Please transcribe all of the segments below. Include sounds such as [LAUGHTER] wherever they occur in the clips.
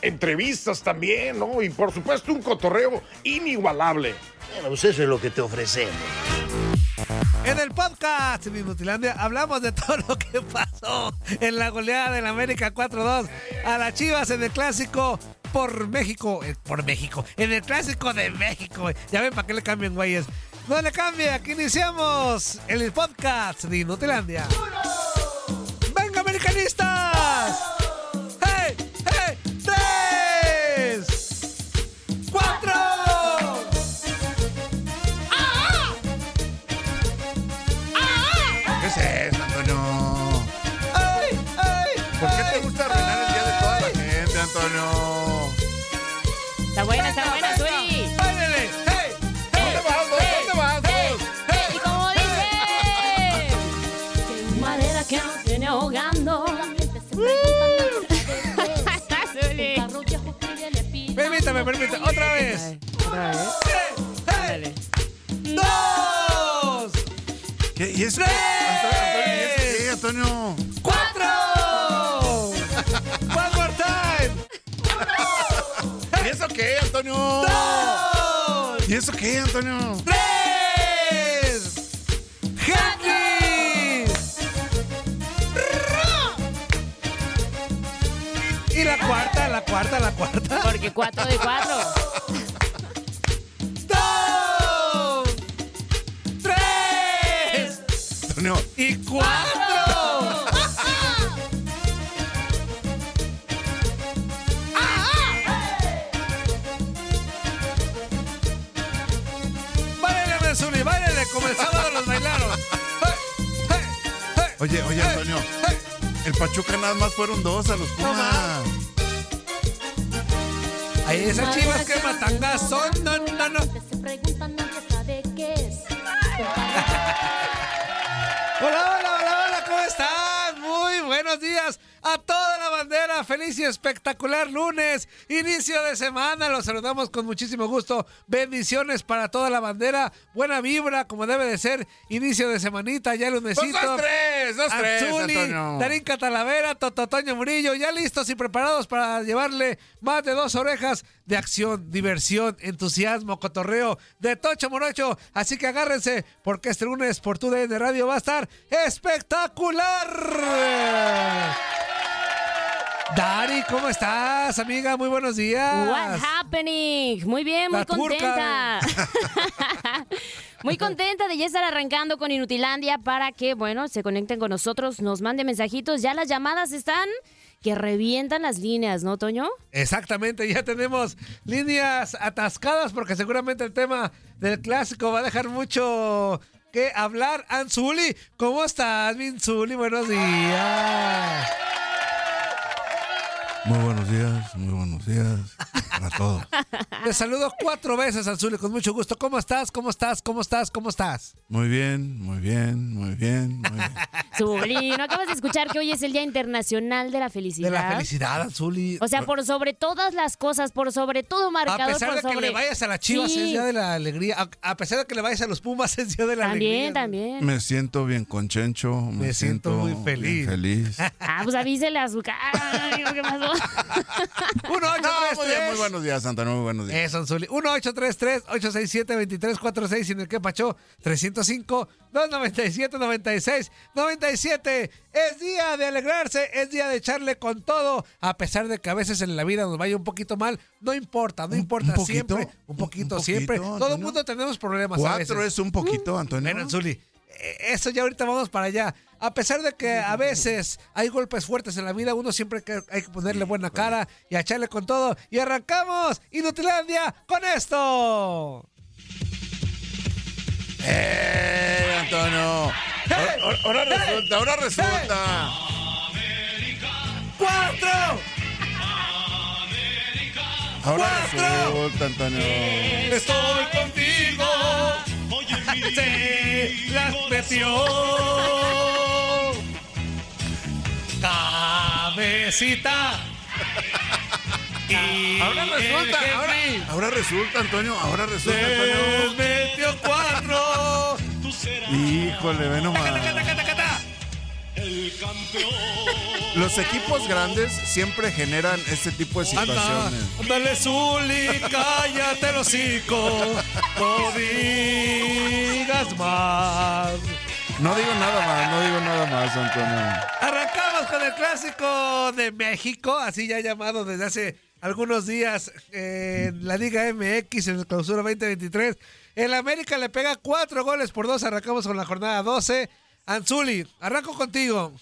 Entrevistas también, ¿no? Y por supuesto un cotorreo inigualable. Bueno, pues eso es lo que te ofrecemos. En el podcast de Inutilandia hablamos de todo lo que pasó en la goleada en América 4-2 a las Chivas en el clásico por México, eh, por México, en el clásico de México. eh. Ya ven para qué le cambian, güeyes. No le cambia, que iniciamos el podcast de Inutilandia. ¡Venga, americanistas! ¡Hey, hey! ¡Tres! ¡Cuatro! ¿Qué es eso, Antonio? ¡Ay, ay! ¿Por qué te gusta arruinar el día de toda la gente, Antonio? Está buena, está buena, Suri. ¡Ándale! ¡Hey! ¿Dónde vas, vos? ¿Dónde vas, vos? Y como dice, que madera que nos viene ahogando. Zuli. Permítame, permítame, otra vez. Otra vez. ¡Hey, hey! Ándale. ¡Dos! ¿Qué? ¿Y es? Antonio, Antonio, ¿y es qué, Antonio? [LAUGHS] ¡Cuatro! ¡One more time! ¿Y eso qué, Antonio? ¡Dos! ¿Y eso qué, Antonio? ¡Tres! ¡Henry! Y la cuarta, la cuarta, la cuarta. Porque cuatro de cuatro. [LAUGHS] ¡Dos! ¡Tres! Antonio, ¡Y cuatro! [LAUGHS] ¡Báilale, Mesuni! ¡Báilale! Como el sábado los bailaron. ¡Hey! ¡Hey! ¡Hey! Oye, oye, ¡Hey! Antonio. ¡Hey! el Pachuca nada más fueron dos a los Pumas. Ahí esas chivas que matangas son. No, no, no. Se preguntan, nadie sabe qué es. Hola, hola, hola, hola, ¿cómo están? Muy buenos días a toda la bandera. Feliz y espectacular lunes, inicio de semana. Los saludamos con muchísimo gusto. Bendiciones para toda la bandera. Buena vibra, como debe de ser. Inicio de semanita, ya Dos, lunesito. dos, tres, dos, tres, Atsuli, Antonio. Darín Catalavera, Tototoño Murillo, ya listos y preparados para llevarle más de dos orejas de acción, diversión, entusiasmo, cotorreo de Tocho Morocho. Así que agárrense, porque este lunes por tu DN Radio va a estar espectacular. Dari, ¿cómo estás, amiga? Muy buenos días. What happening? Muy bien, muy La turca. contenta. [LAUGHS] muy contenta de ya estar arrancando con Inutilandia para que, bueno, se conecten con nosotros, nos manden mensajitos. Ya las llamadas están que revientan las líneas, ¿no, Toño? Exactamente, ya tenemos líneas atascadas porque seguramente el tema del clásico va a dejar mucho que hablar. Anzuli, ¿cómo estás, Minzuli? Buenos días. Muy buenos días, muy buenos días para todos. Te saludo cuatro veces, Anzuli, con mucho gusto. ¿Cómo estás? ¿Cómo estás? ¿Cómo estás? ¿Cómo estás? Muy bien, muy bien, muy bien, muy bien. Zuli, ¿no acabas de escuchar que hoy es el Día Internacional de la Felicidad? De la felicidad, Anzuli. O sea, por sobre todas las cosas, por sobre todo A marcador, pesar por de que sobre- le vayas a las chivas, Sí, es día de la alegría. A, a pesar de que le vayas a los Pumas, es día de la alegría. También, también. Me siento bien conchencho, me, Me siento muy bien feliz. [LAUGHS] feliz. Ah, pues avísele a su cara. amigo, ¿Qué pasó? Uno, ocho, No, tres, muy, bien, muy tres. buenos días, Antonio, muy buenos días. Eso, Anzuli. 1833-867-2346 en el que Pacho 5, 297, 96, 97. Es día de alegrarse, es día de echarle con todo, a pesar de que a veces en la vida nos vaya un poquito mal, no importa, no Un- importa, un poquito, siempre, un un- poquito, un siempre. poquito, Todo el ¿no? mundo tenemos problemas a veces. Cuatro es un poquito, Antonio. Bueno, Zuli, eh, eso ya ahorita vamos para allá. A pesar de que a veces hay golpes fuertes en la vida, uno siempre que- hay que ponerle buena cara y echarle con todo. Y arrancamos Inutilandia con esto. ¡Eh, Antonio! Ahora, ahora- ahora resulta, ahora resulta. ¡Cuatro! Ahora ¡Cuatro! resulta, Antonio. Estoy contigo. [LAUGHS] Oye, las metió. Cabecita. Y Ahora resulta, ahora, ahora resulta, Antonio. Ahora resulta, Les Antonio. metió cuatro. Híjole, ve nomás. Los equipos grandes siempre generan este tipo de Anda, situaciones. ándale, Zuli, cállate el hocico. No digas más. No digo nada más, no digo nada más, Antonio. Arrancamos con el clásico de México, así ya llamado desde hace algunos días eh, en la Liga MX en el clausura 2023. El América le pega cuatro goles por dos. Arrancamos con la jornada 12. Anzuli, arranco contigo.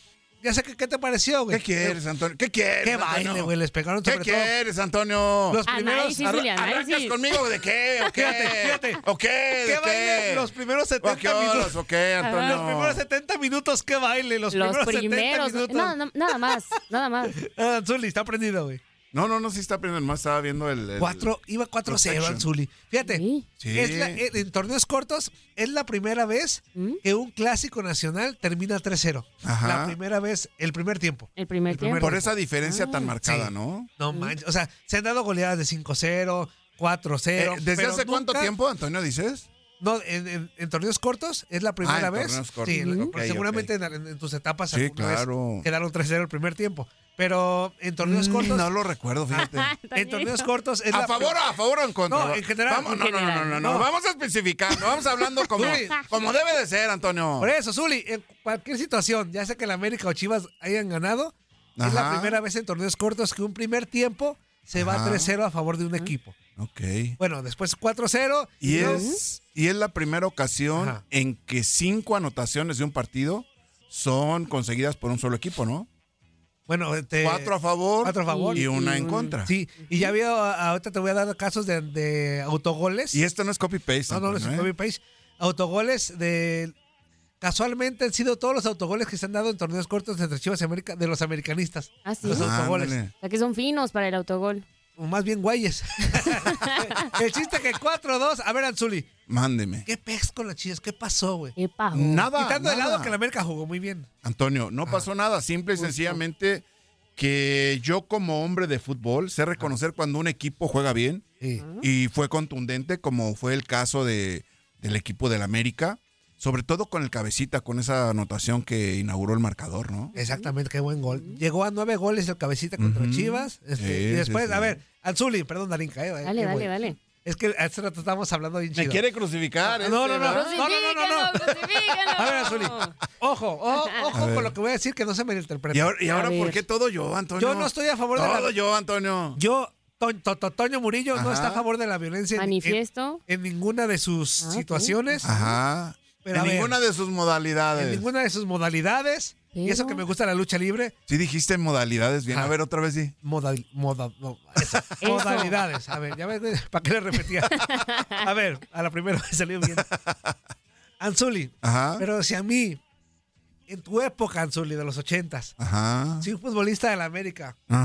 Ya sé que qué te pareció, güey. ¿Qué quieres, Antonio? Pues, ¿Qué quieres? Qué Antonio? baile, güey. Les pegaron ¿Qué sobre todo. quieres, Antonio? Ah, Los primeros. Análisis, Julián, ¿Arrancas análisis. conmigo de qué? ¿O qué? Fíjate, fíjate. ¿O qué? ¿De ¿Qué baile? Los primeros 70 ¿O qué horas? minutos. ¿O qué, Antonio? Los primeros 70 minutos, qué baile. Los, Los primeros, 70 primeros. minutos. No, no, nada más, nada más. Ah, Anzuli, está prendido, güey. No, no, no, sí está aprendiendo. Más estaba viendo el. el- Cuatro, iba 4-0 protection. Anzuli. Fíjate, Sí. Sí. es la- en en torneos cortos es la primera vez ¿Mm? que un clásico nacional termina 3-0. Ajá. La primera vez, el primer tiempo. El primer El primer- tiempo. Por esa diferencia tan marcada, Sí. ¿no? No manches. O sea, se han dado goleadas de 5-0, 4-0. Eh, ¿Desde pero hace cuánto nunca- tiempo, Antonio, dices? No, en, en- en torneos cortos es la primera Ah, en vez. torneos cortos. Sí, en la- Ujú. porque Ok, seguramente en- En, en tus etapas Sí, alguna vez claro. quedaron 3-0 el primer tiempo. Pero en torneos Mm, cortos, No lo recuerdo, fíjate. en torneos cortos [LAUGHS] es ¿A la- favor o a favor o en contra? No, en general, Vamos, en no, no, no, no, general. no, no, No. Vamos especificando, vamos [LAUGHS] hablando como, Sí. como debe de ser, Antonio. Por eso, Zuli, en cualquier situación, ya sea que la América o Chivas hayan ganado, es la Ajá. primera vez en torneos cortos que un primer tiempo se va Ajá. 3-0 a favor de un equipo. Ok. Bueno, después 4-0 Y luego- es, y es la primera ocasión Ajá. en que cinco anotaciones de un partido son conseguidas por un solo equipo, ¿no? bueno, este, cuatro a favor, cuatro a favor. y una Y en una- contra. Sí, y ya había, a- ahorita te voy a dar casos de, de autogoles. Y esto no es copy-paste. no, no, no, Antonio, es ¿eh? copy paste. Autogoles de... Casualmente han sido todos los autogoles que se han dado en torneos cortos entre Chivas y América, de los americanistas. Ah, sí. Los Ándale. autogoles. O sea, que son finos para el autogol. O más bien guayes. [LAUGHS] El chiste que 4-2. A ver, Anzuli, Mándeme. ¿Qué pez con las chivas? ¿Qué pasó, güey? Epa. Nada. Quitando de nada. lado que la América jugó muy bien. Antonio, Ah, no pasó nada. Simple y sencillamente que yo como hombre de fútbol sé reconocer cuando un equipo juega bien y fue contundente como fue el caso de, del equipo del América. Sobre todo con el cabecita, con esa anotación que inauguró el marcador, ¿no? Exactamente, qué buen gol. Llegó a nueve goles el cabecita contra Ujú. Chivas. este, Sí, y después, sí, sí. a ver, Anzuli, perdón, Darinka. eh, eh, Dale, qué dale, güey. dale. Es que hace rato estábamos hablando bien chido. crucificar. No, no, no, no. no, no, no. Crucifíquenlo, crucifíquenlo. A ver, Anzuli, [LAUGHS] ojo, o- A ojo ver. con lo que voy a decir que no se me interprete. ¿Y ahora, y ahora A por ver. qué todo yo, Antonio? yo no estoy a favor de Todo la... yo, Antonio. Yo, To- To- To- Toño Murillo no Ajá. está a favor de la violencia en- en, Manifiesto. en ninguna de sus Ah, ok. situaciones, Ajá. Pero a en ver. ninguna de sus modalidades. en ninguna de sus modalidades. Y eso Pero- que me gusta la lucha libre, Sí dijiste modalidades bien. Ajá. A ver, otra vez sí. Moda, moda- no, eso, [LAUGHS] Eso. modalidades. A ver, ya ves, güey, ¿para qué le repetía? A ver, a la primera me salió [LAUGHS] bien. Anzuli, Ajá. pero si a mí, en tu época, Anzuli, de los ochentas, Ajá. si un futbolista de la América Ah. va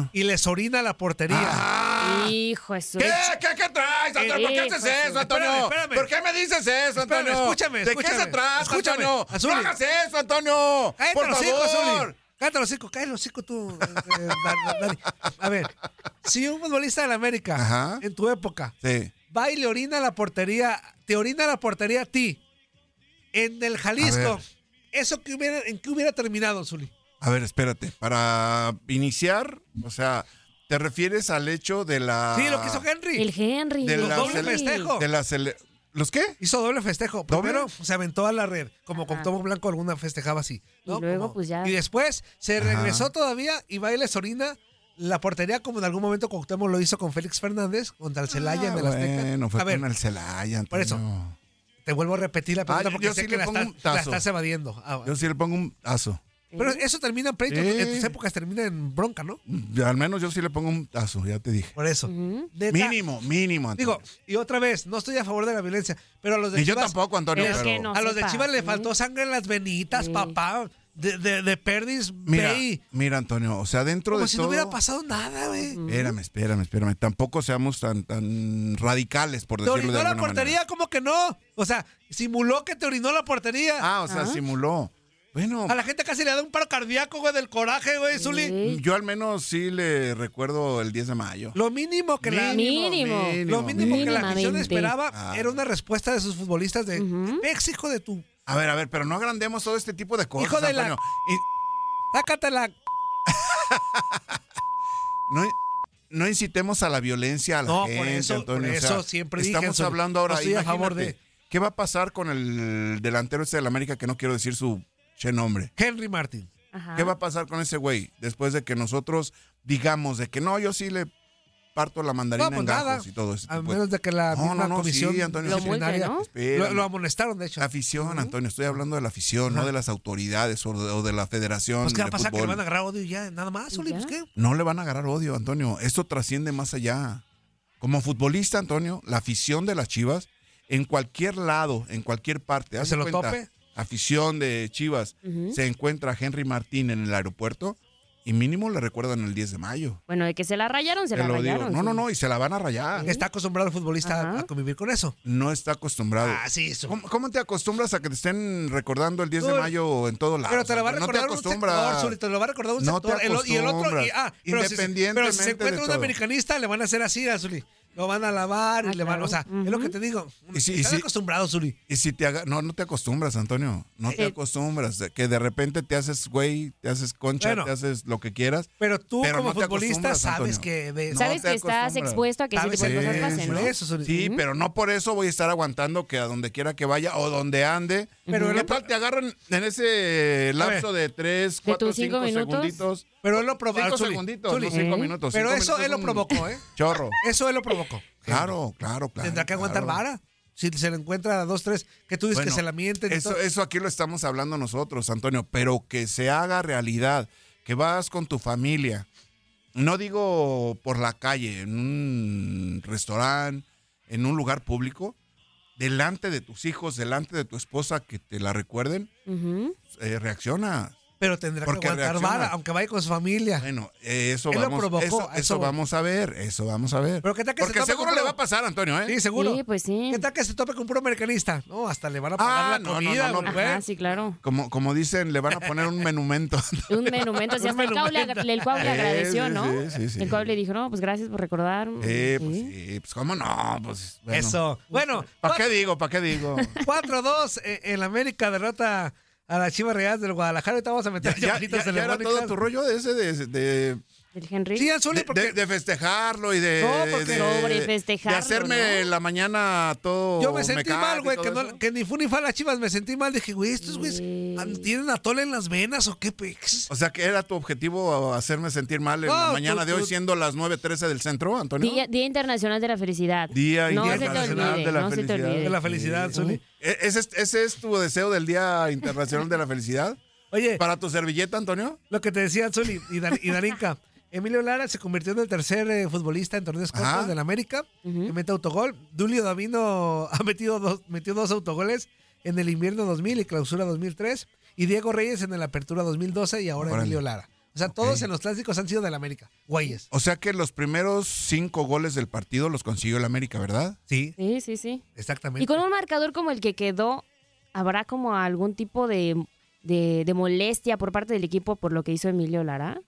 Ajá. y les orina la portería, Ah. Hijo de su- ¿Qué? ¿Qué, qué traes, Antonio? ¿Por qué haces Espérame, eso, Antonio? pues espérame. ¿Por qué me dices eso, Antonio? Espérame, escúchame, ¿De qué escúchame. se trata, Escúchame, Antonio? Azuli. ¡No hagas eso, Antonio! cállate ¡Por los hijos, favor! Anzuli. Cállate los hijos, cállate los hijos tú. eh, eh, Dan- Dani. A ver, si un futbolista de la América, Ajá. en tu época, Sí. va y le orina la portería, te orina la portería a ti, en el A Jalisco. ver. ¿Eso que hubiera, en qué hubiera terminado, Zuli? A ver, espérate. Para iniciar, o sea, ¿te refieres al hecho de la... Sí, lo que hizo Henry. El Henry. De Los la doble sele- festejo. De la sele- ¿Los qué? Hizo doble festejo. ¿Doble? Primero se aventó a la red, como con Tomo Blanco alguna festejaba así. ¿no? Ah. Y luego, Como- pues, ya. Y después se Ajá. regresó todavía y va y le sorina la portería como en algún momento Cuauhtémoc lo hizo con Félix Fernández contra el Celaya en el Ah, Azteca. Bueno, fue a ver, con el Celaya. Por eso. Antonio. te vuelvo a repetir la pregunta Ah, porque yo sé sí que le la pongo estás, un la tazo. estás evadiendo. Ah, Yo sí le pongo un tazo. Pero eso termina en pleito, Sí. en tus épocas termina en bronca, ¿no? Ya, Al menos yo sí le pongo un tazo, ya te dije. Por eso. Ujú. Neta, Mínimo, mínimo. Antonio. Digo, y otra vez, no estoy a favor de la violencia, pero a los de Ni yo Chivas- tampoco, Antonio. Es pero- que no. A los de sepa, Chivas le ¿sí? faltó sangre en las venitas, Sí. papá. De, de, de Perdis, Mira, ve y- mira, Antonio, o sea, dentro Como de si todo... no hubiera pasado nada, güey. Espérame, espérame, espérame. Tampoco seamos tan, tan radicales, por Te decirlo orinó de la alguna portería, manera. ¿cómo que no? O sea, simuló que te orinó la portería. Ah, o sea, simuló. Bueno, A la gente casi le da un paro cardíaco, güey, del coraje, güey, Zuli. Sí. mm, yo al menos sí le recuerdo el 10 de mayo. Lo mínimo que la... Mínimo. Lo mínimo que la afición Mínimamente. esperaba Ah. era una respuesta de sus futbolistas de México de tu... A ver, a ver, pero no agrandemos todo este tipo de cosas, Hijo de la- Antonio. Y eh, Sácatela. no, no incitemos a la violencia a la No, por gente, eso- Antonio. por o sea, eso siempre dije, Estamos Antonio, hablando ahora, no estoy a favor imagínate, de- ¿qué va a pasar con el delantero este del América que no quiero decir su che nombre? Henry Martin. Ajá. ¿Qué va a pasar con ese güey después de que nosotros digamos de que no, yo sí le parto la mandarina No, pues en nada. gajos y todo eso? A menos de que la No, misma no, no, sí, comisión Antonio, Lo sí, multe, disciplinaria- ¿no? Lo, Espérame. lo amonestaron, de hecho. La afición, Antonio, estoy hablando de la afición, no de las autoridades o de, o de la federación. Pues, ¿Qué va a de pasar? ¿Que le fútbol. van a agarrar odio y ya? Nada más, ¿Y Zuli. ya? Pues, ¿qué? No le van a agarrar odio, Antonio. Esto trasciende más allá. Como futbolista, Antonio, la afición de las Chivas, en cualquier lado, en cualquier parte, ¿Que haz se de lo cuenta, tope? afición de Chivas, Ujú. se encuentra Henry Martín en el aeropuerto y mínimo le recuerdan el 10 de mayo. Bueno, de que se la rayaron, se Te la lo digo. rayaron. No, no, sí. no, y se la van a rayar. Este, Está acostumbrado el futbolista a- Ajá. a convivir con eso. No está acostumbrado. Ah, sí, eso. ¿Cómo, cómo te acostumbras a que te estén recordando el 10 de No, mayo en todos lados? Pero te lo va a No recordar un sector, acostumbras. Zuli, te lo va a recordar un No te sector. el o- y el otro, y, acostumbras. ah, pero si, se- pero si Independientemente se encuentra de un todo. americanista, le van a hacer así a Zuli. Lo van a lavar y Ah, le van, claro. o sea, es lo que Ujú. te digo. Y sí, y Están sí. acostumbrados, Zuli. Y si te haga- no, no te acostumbras, Antonio. No te Eh. acostumbras. de Que de repente te haces güey, te haces concha, Bueno. te haces lo que quieras. Pero tú Pero como no te futbolista acostumbras, sabes Antonio. que de- No Sabes te que estás acostumbras. expuesto a que ese Sabes tipo de que- cosas Sí, pasen, por ¿no? eso, Zuli. Sí, Ujú. pero no por eso voy a estar aguantando que a donde quiera que vaya o donde ande. Pero Pero el ¿Qué tal te agarran en ese lapso de tres, cuatro, tus cinco cinco, minutos? segunditos? Pero él lo ah, provocó. Cinco segunditos, no cinco Ujú. minutos. Pero cinco eso minutos él lo son provocó, ¿eh? [LAUGHS] Chorro. Eso él lo provocó. Claro, claro, claro. Tendrá que aguantar claro. vara. Si se le encuentra a dos, tres, que tú dices Bueno, que se la mienten. y Eso, todo. eso aquí lo estamos hablando nosotros, Antonio, pero que se haga realidad, que vas con tu familia. No digo por la calle, en un restaurante, en un lugar público, delante de tus hijos, delante de tu esposa, que te la recuerden, Ujú. eh, reacciona. Pero tendrá que Porque aguantar reacciona. vara, aunque vaya con su familia. Bueno, eh, eso, Él lo vamos, provocó, eso, a eso eso voy. vamos a ver, eso vamos a ver. Pero ¿qué tal que se Porque tope seguro con le todo? va a pasar, Antonio, ¿eh? Sí, seguro. Sí, pues sí. ¿Qué tal que se tope con un puro americanista? No, hasta le van a pagar Ah, la no, no, comida, no, no, güey. Ajá, sí, [LAUGHS] claro. Como, como dicen, le van a poner un menumento. [LAUGHS] Un monumento. así Un hasta el Cuau le, monumento. agra- el Cuau le Sí, agradeció, sí, ¿no? sí, sí, sí. El Cuau le dijo, no, pues gracias por recordar. Eh, Sí. pues sí, pues cómo no, pues bueno. Eso. Bueno, pues ¿Para qué digo? ¿Para qué [LAUGHS] digo? 4-2 eh, en América derrota a la Chivas Real del Guadalajara. Ahorita vamos a meter ya, ya- llamaditas ya- ya era telefónicas. todo tu rollo de ese de, de, Del Henry. Sí, Anzuli, de- porque de- de festejarlo y de, No, porque- de- Sobre de festejarlo, hacerme ¿no? la mañana todo yo me sentí mecato mal, y güey, todo que, no- eso. que ni fu ni fa las Chivas. Me sentí mal. Dije, güey, estos güeyes Sí. an- tienen atole en las venas o qué pex. O sea, que era tu objetivo hacerme sentir mal en No, la mañana tú- de hoy tú- siendo las 9:13 del centro, Antonio. Día, Día Internacional de la Felicidad. Día no se te Internacional olvide, de la no se te Felicidad. olvide. [LAUGHS] De la felicidad, Zuli. E- ¿Ese, es- ese es tu deseo del Día Internacional de la [LAUGHS] Felicidad? Oye, ¿Para tu servilleta, Antonio? lo que te decía Zuli y, Dar- y Darinka. [LAUGHS] Emilio Lara se convirtió en el tercer eh, futbolista en torneos Ajá. cortos del América, Ujú. que mete autogol. Dulio Davino [LAUGHS] ha metido dos, metió dos autogoles en el invierno 2000 y clausura 2003, y Diego Reyes en el apertura 2012 y ahora Órale. Emilio Lara. O sea, todos en los clásicos han sido del América. Güeyes. O sea que los primeros cinco goles del partido los consiguió el América, ¿verdad? Sí, Sí, sí, sí. exactamente. Y con un marcador como el que quedó, ¿habrá como algún tipo de, de, de molestia por parte del equipo por lo que hizo Emilio Lara?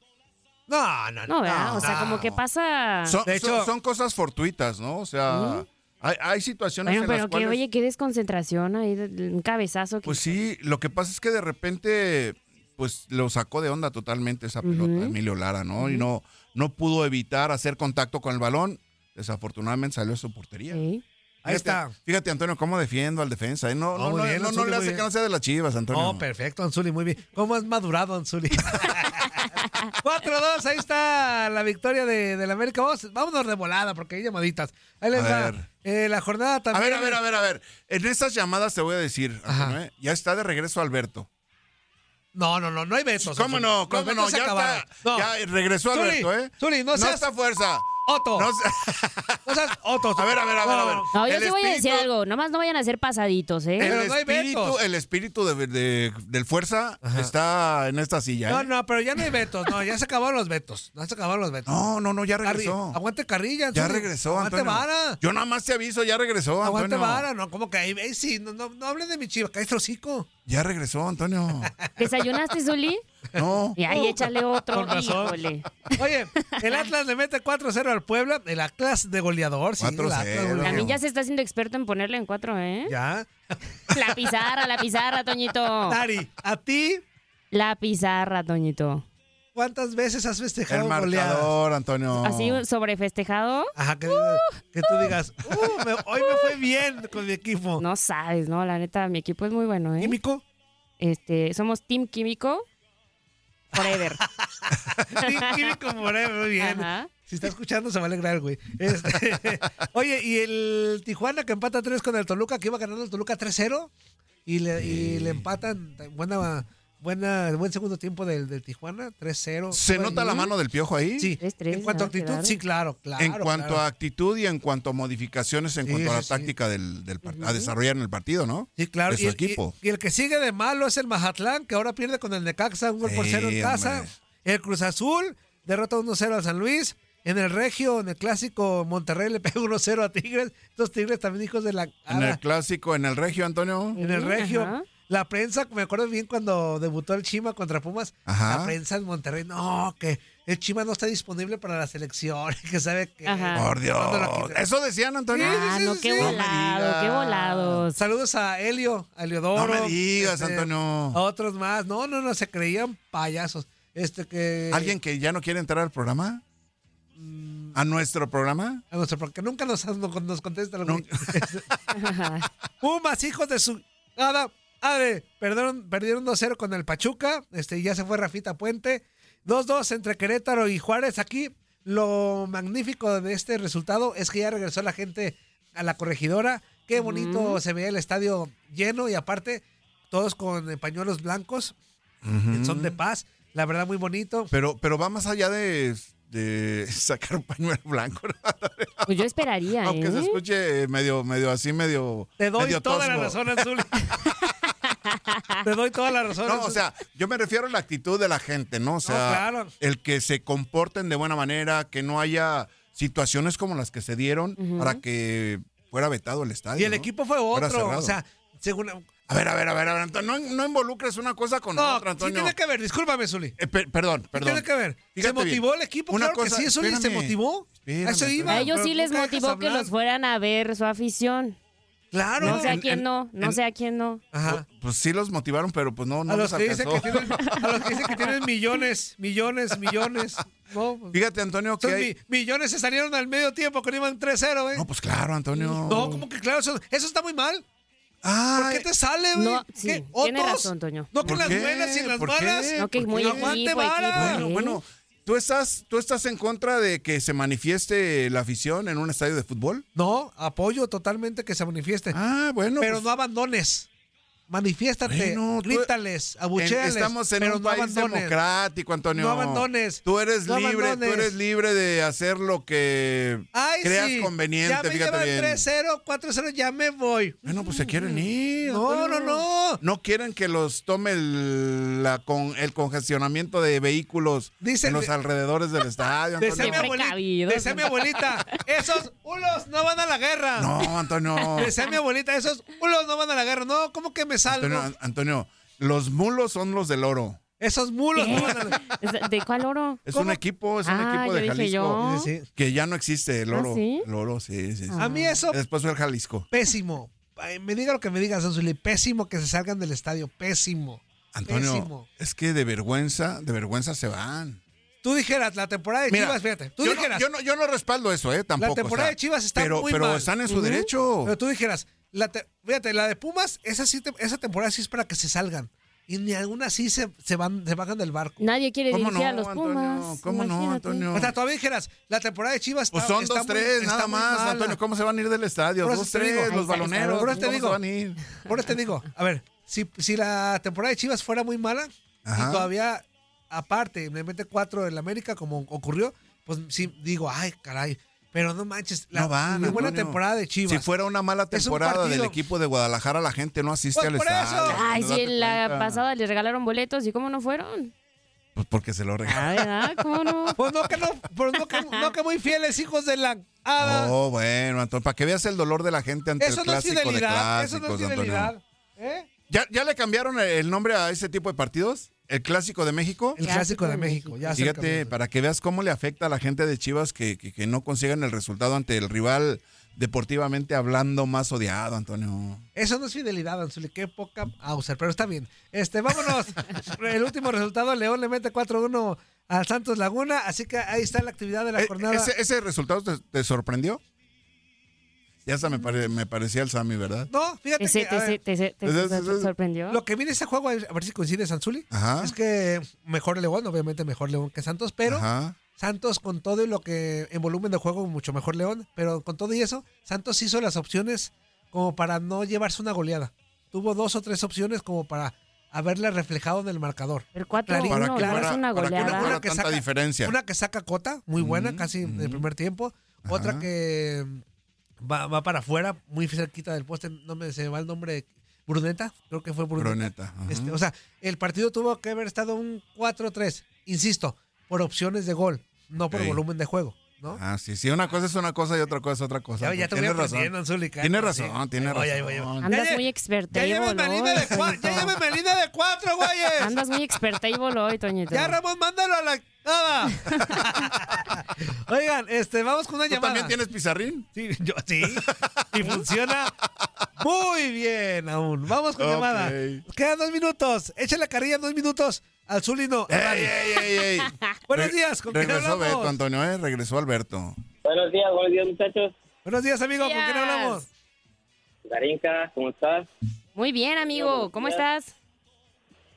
No, no, no. No, ¿verdad? o sea, como que pasa... Son, De hecho- son- son cosas fortuitas, ¿no? O sea, hay, hay situaciones Bueno, en pero las que, cuales... oye, qué desconcentración ahí, de- de- un cabezazo. Que... Pues sí, lo que pasa es que de repente, pues lo sacó de onda totalmente esa pelota, Ujú. Emilio Lara, ¿no? Y no, no pudo evitar hacer contacto con el balón. Desafortunadamente salió a su portería. Sí. Ahí Fíjate, está. Fíjate, Antonio, cómo defiendo al defensa. ¿eh? No, Oh, no, muy no, bien, no, no Anzuli, le muy hace que bien. no sea de las chivas, Antonio. Oh, perfecto, Anzuli, muy bien. ¿Cómo has madurado, Anzuli? [LAUGHS] 4-2, ahí está la victoria de, de la América. Vamos, vámonos de volada porque hay llamaditas. Ahí les A va. ver. Eh, la jornada a también. ver, a ver, a ver, a ver. En estas llamadas te voy a decir, Ajá. Antonio, ¿eh? ya está de regreso Alberto. No, no, no, no hay besos. ¿Cómo Anzuli. no? Los ¿Cómo no? besos se Ya, acabaron. está, No. ya regresó Zuli, Alberto, ¿eh? Zuli, no seas- está fuerza. Otto. No [LAUGHS] No, se- seas Otto. A ver, a ver, a ver, a ver. No. No, yo El sí voy a decir espíritu- algo. Nomás no vayan a ser pasaditos, ¿eh? Pero El no hay espíritu, vetos. el espíritu de, de- del fuerza está en esta silla. No, ¿eh? no, pero ya no hay vetos. No, ya se acabaron los vetos. Ya se acabaron los vetos. no, no, no, ya Carri- regresó. Aguante carrilla. Ya Anzuli. regresó, Aguante Antonio. vara. Yo nada más te aviso, ya regresó, Aguante Antonio. vara, no, como que ahí, ahí sí, no, no, no hables de mi chiva, caes hocico. Ya regresó, [LAUGHS] Antonio. ¿Desayunaste, Zuli? No. Y ahí échale otro. Con razón. Híjole. Oye, el Atlas le mete 4-0 al Puebla, el Atlas de goleador, sí, el Atlas 4-0. goleador. También ya se está haciendo experto en ponerle en cuatro, ¿eh? Ya. La pizarra, la pizarra, Toñito. Tari, ¿a ti La pizarra, Toñito. cuántas veces has festejado El goleadas? marcador, Antonio. Así sobrefestejado. Ajá, que, que tú digas, "Uh, me- hoy me fue bien con mi equipo. No sabes, no, la neta, mi equipo es muy bueno, ¿eh? Químico, Este, somos Team Químico [LAUGHS] Forever. sí, químico Moreno, muy bien. Ajá. Si está escuchando, se va a alegrar, güey. Este, [LAUGHS] oye, y el Tijuana que empata 3 con el Toluca, que iba ganando el Toluca 3-0, y le, y le empatan buena, buena, buen segundo tiempo del, del Tijuana, 3-0. ¿Se Bueno, nota la mano del piojo ahí? Sí, Tres, tres, en cuanto a ¿no? actitud, Quedaron. sí, claro, claro. en cuanto claro. a actitud y en cuanto a modificaciones en Sí, cuanto a la sí, sí. táctica del, del par- a desarrollar en el partido, ¿no? Sí, claro. de su y, equipo. Y, y el que sigue de malo es el Mazatlán, que ahora pierde con el Necaxa, un gol por Sí, cero en casa. hombre. El Cruz Azul derrota 1-0 al San Luis. En el Regio, en el clásico, Monterrey le [LAUGHS] pega 1-0 a Tigres. Los Tigres también hijos de la... En el ala. clásico, en el regio, Antonio. en el Sí, Regio. ajá. La prensa, me acuerdo bien cuando debutó el Chima contra Pumas, Ajá. la prensa en Monterrey, no, que el Chima no está disponible para la selección, [LAUGHS] que sabe que... Ajá. Por ¿Cuándo lo Dios. quitan? Eso decían, Antonio. Ah, no, qué No me volado, qué digas. volados. Saludos a Helio, a Eliodoro. No me digas, este, Antonio. A otros más. No, no, no, se creían payasos. Este que. ¿Alguien que ya no quiere entrar al programa? Mm. ¿A nuestro programa? A nuestro, porque nunca nos, nos contesta el güey. Nunca. Pumas, hijos de su. Nada. Adre, perdieron, perdieron 2-0 con el Pachuca. Este, y ya se fue Rafita Puente. 2-2 entre Querétaro y Juárez. Aquí lo magnífico de este resultado es que ya regresó la gente a la corregidora. Qué bonito Mm. se veía el estadio lleno y aparte todos con eh, pañuelos blancos. Son de paz. La verdad, muy bonito. Pero, pero va más allá de, de sacar un pañuelo blanco. [LAUGHS] Pues yo esperaría, Aunque se ¿eh? escuche medio, medio así, medio. Te doy medio toda la tosco. [LAUGHS] razón, Azul. Te doy toda la [LAUGHS] razón. No, Anzuli. o sea, yo me refiero a la actitud de la gente, ¿no? O sea, claro. el que se comporten de buena manera, que no haya situaciones como las que se dieron para que fuera vetado el estadio. Y el ¿no? equipo fue Fuera otro. O cerrado. sea, según. A ver, a ver, a ver, a ver, Antonio, no, no involucres una cosa con No, otra, sí Antonio. tiene que ver, discúlpame, Zuli. Eh, per- perdón, perdón. tiene que ver? ¿Se Fíjate motivó bien. el equipo? Claro que sí, Zuli, ¿se motivó? espérame, ¿A eso espérame. iba? A ellos pero sí les nunca dejas motivó que hablar. los fueran a ver su afición. Claro. No sé a en- quién en- no, no en- sé a quién no. Ajá. Pues sí los motivaron, pero pues no, no A los, les que dicen que alcanzó. tienen, a los que dicen que tienen millones, millones, millones. No, [LAUGHS] pues, Fíjate, Antonio, que son hay... mi- millones se salieron al medio tiempo cuando iban 3-0, ¿eh? No, pues claro, Antonio. No, como que claro, eso, eso está muy mal. ¿Por Ay, qué te sale, güey? No, sí, ¿Qué? tiene ¿Otros? razón, Toño. No que ¿Por las qué? buenas y en las ¿Por qué? malas. No, que ¿Por muy qué? equipo, Aguante equipo. vara. Bueno, ¿eh? bueno, ¿tú estás, ¿tú estás en contra de que se manifieste la afición en un estadio de fútbol? No, apoyo totalmente que se manifieste. Ah, bueno. pero pues, no abandones. Manifiéstate, Bueno, tú- grítales, en- abucheales. estamos en pero un no país abandones. democrático, Antonio. No abandones. Tú eres No libre, abandones. tú eres libre de hacer lo que Ay, creas sí. conveniente, ya me fíjate llevan bien. 3-0, 4-0, ya me voy. Bueno, pues se quieren ir. No, no, Antonio. no. No quieren que los tome el, la con, el congestionamiento de vehículos Dice en el- los alrededores del [LAUGHS] estadio. Decía Antonio. mi, Siempre abuelita, precavidos. decía mi abuelita, esos hulos no van a la guerra. No, Antonio. [LAUGHS] Decía mi abuelita, esos hulos no van a la guerra. No, ¿cómo que me salgo? Antonio, An- Antonio, los mulos son los del oro. Esos mulos no van a la [LAUGHS] ¿Es- ¿De cuál oro? Es ¿Cómo? un equipo, es un Ah, equipo de yo dije yo. Jalisco. guerra. Sí, sí. Que ya no existe el ¿Ah, oro. sí? Ah. El oro, sí, sí. sí. A mí eso, Después fue el Jalisco. pésimo. Ay, Me diga lo que me digas, Anzuli. Pésimo que se salgan del estadio. Pésimo. Antonio, Pésimo. es que de vergüenza, de vergüenza se van. tú dijeras la temporada de Mira, Chivas, fíjate, tú yo, no, dijeras yo, no, yo no respaldo eso, ¿eh? Tampoco. la temporada o sea, de Chivas está pero, muy Pero mal. están en su Ujú. derecho. Pero tú dijeras, la te- fíjate, la de Pumas, esa, sí te- esa temporada sí es para que se salgan. Y ni alguna sí se, se van, se bajan del barco. Nadie quiere ¿Cómo dirigir no, a los Antonio? Pumas. ¿Cómo no, imagínate. Antonio? O sea, todavía dijeras, la temporada de Chivas está, Pues son está dos, muy- tres, está nada muy más, mala. Antonio. ¿Cómo se van a ir del estadio? Por eso Dos, te digo. tres, Ahí los está, ahí está. baloneros. Por eso te ¿cómo digo. se van a ir? Ahora te digo, a ver, si, si la temporada de Chivas fuera muy mala Ajá. y todavía aparte me mete cuatro en la América como ocurrió, pues sí digo, ay, caray, pero no manches, la no van. muy buena Antonio. temporada de Chivas. Si fuera una mala Es un temporada del partido. equipo de Guadalajara, la gente no asiste Pues al por eso. estadio. Ay, ¿no si date la cuenta? pasada les regalaron boletos y cómo no [LAUGHS] fueron. Pues porque se lo regaló. Ah, ¿verdad? ¿Cómo [LAUGHS] no? Pues no que no, pues no que, no que muy fieles hijos de la hada. Oh, bueno, Antonio, para que veas el dolor de la gente ante Ah. eso el no es clásico de fidelidad, eso clásicos, no es Antonio. fidelidad. ¿eh? ¿Ya, ¿Ya le cambiaron el- el nombre a ese tipo de partidos? ¿El clásico de México? El clásico de México, ya se Fíjate, acabó. para que veas cómo le afecta a la gente de Chivas que, que- que no consigan el resultado ante el rival deportivamente hablando más odiado, Antonio. Eso no es fidelidad, Anzuli. Qué poca Auser, pero está bien. Este, vámonos. El último resultado, León le mete 4-1 al Santos Laguna. Así que ahí está la actividad de la Eh, jornada. ¿Ese, ese resultado te, te sorprendió? Ya hasta me, pare- me parecía el Sammy, ¿verdad? No, Te, fíjate que, se- a te, ver, se- te, se- te Ese- se- ese- sorprendió. lo que viene este juego, a ver si coincide Sanzuli, Ajá. es que mejor León, obviamente mejor León que Santos, pero Ajá. Santos con todo y lo que en volumen de juego mucho mejor León, pero con todo y eso, Santos hizo las opciones como para no llevarse una goleada. Tuvo dos o tres opciones como para haberla reflejado en el marcador. Pero 4 Clarito. Para no, que claro, es fuera- una para que no goleada. fuera Una que tanta saca- diferencia. Una que saca cota, muy buena, Ujú, casi en el ujú. primer tiempo. Otra Ajá. que mm, va, va para afuera, muy cerquita del poste, no me se me va el nombre, Bruneta, creo que fue Bruneta. Coroneta. ajá. Este, o sea, el partido tuvo que haber estado un 4-3, insisto, por opciones de gol, no por Ok. volumen de juego, ¿no? Ah, sí, sí, una cosa es una cosa y otra cosa es otra cosa. ya, ya te voy Tienes razón. aprendiendo, Zuli, cara, Tienes sí. razón, tienes Ahí voy, ahí voy, ahí voy. razón. Andas Ya lle- muy Ya expertable llévenme al hoy, [LAUGHS] INE de cuatro, Toñito. ya llévenme al INE de cuatro, güeyes. Andas muy expertable hoy, Toñito. Ya, Ramón, mándalo a la nada. [LAUGHS] Oigan, este, vamos con una ¿Tú llamada. también tienes pizarrín? Sí, yo sí. Y funciona muy bien aún. Vamos con Ok. llamada. Quedan dos minutos. Échale carrilla en dos minutos al Zulino. ¡Ey, ey, ey, ey! [LAUGHS] Buenos Eh, Re- días, ¿con quién Regresó hablamos? Beto, Antonio, ¿eh? Regresó Alberto. Buenos días, buenos días muchachos. Buenos días, amigo. ¿Con quién Días. hablamos? Darinka, ¿cómo estás? Muy bien, amigo. ¿Cómo estás?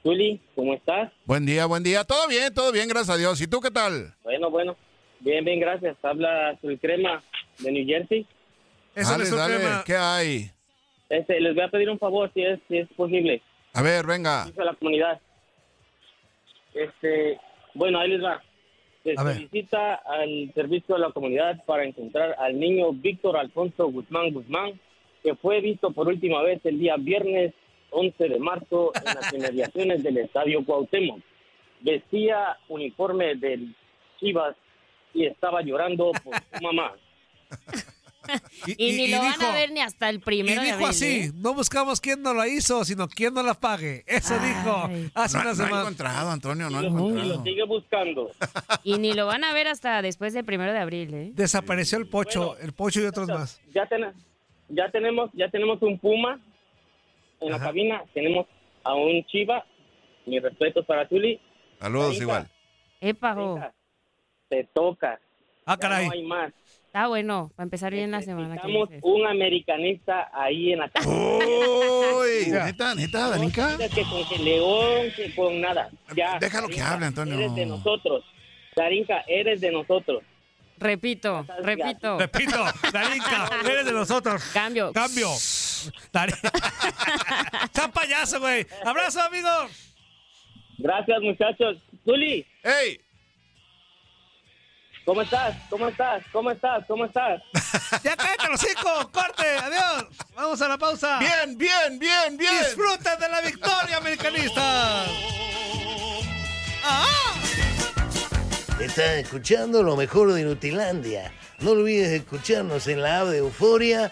Juli, ¿cómo estás? Buen día, buen día. Todo bien, todo bien, gracias a Dios. ¿Y tú qué tal? Bueno, bueno. Bien, bien, gracias. Habla Sul Crema de New Jersey. Eso Dale, es un dale, tema. ¿Qué hay? Este, les voy a pedir un favor, si es, si es posible. A ver, venga. a la comunidad. Este, bueno, ahí les va. Se A ver. solicita al servicio de la comunidad para encontrar al niño Víctor Alfonso Guzmán Guzmán, que fue visto por última vez el día viernes 11 de marzo en las inmediaciones del Estadio Cuauhtémoc. Vestía uniforme del Chivas y estaba llorando por su mamá. Y, ni lo van dijo- a ver ni hasta el y primero de dijo abril, así, ¿eh? no buscamos quién nos la hizo, sino quién nos la pague. Eso Ay. dijo hace No, no una he semana. encontrado, Antonio, no he Y lo encontrado. sigue buscando. Y ni lo van a ver hasta después del primero de abril, ¿eh? Desapareció el pocho, Bueno. el pocho y otros más. ya, ten- ya tenemos ya tenemos un Puma en la Ajá. cabina, tenemos a un Chiva. Mi respeto para Zuli. Saludos igual. Epa, jo. Venga, Te toca. Ah, Ya caray. No hay más. Está bueno, para empezar bien la semana. ¿qué Necesitamos dices? un americanista ahí en la cabina. Uy, neta, neta, Darinka. No, que con que León, que con nada. Ya, Déjalo que hable, Antonio. Eres de nosotros. Darinka, eres de nosotros. Repito, repito. [LAUGHS] Repito, Darinka, eres de nosotros. Cambio. Cambio. Dar- [LAUGHS] Está payaso, güey. Abrazo, amigo. Gracias, muchachos. Zuli, ¡Ey! ¿cómo estás? ¿Cómo estás? ¿Cómo estás? ¿Cómo estás? Ya cállate los cinco. Corte. Adiós. Vamos a la pausa. Bien, bien, bien, bien. Disfruta de la victoria, americanista. Estás escuchando lo mejor de Nutilandia. No olvides escucharnos en la app de Euforia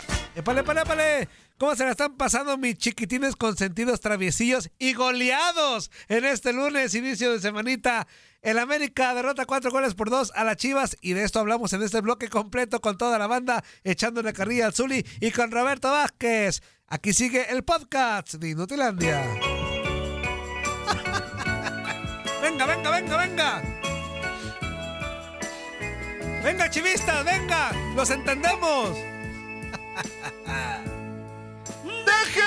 ¡Épale, épale, épale! ¿Cómo se la están pasando mis chiquitines consentidos, traviesillos y goleados en este lunes, inicio de semanita? El América derrota cuatro goles por dos a las Chivas y de esto hablamos en este bloque completo con toda la banda, echándole carrilla al Zuli y con Roberto Vázquez. Aquí sigue el podcast de Inutilandia. [LAUGHS] ¡Venga, venga, venga, venga! ¡Venga, chivistas, venga! ¡Los entendemos!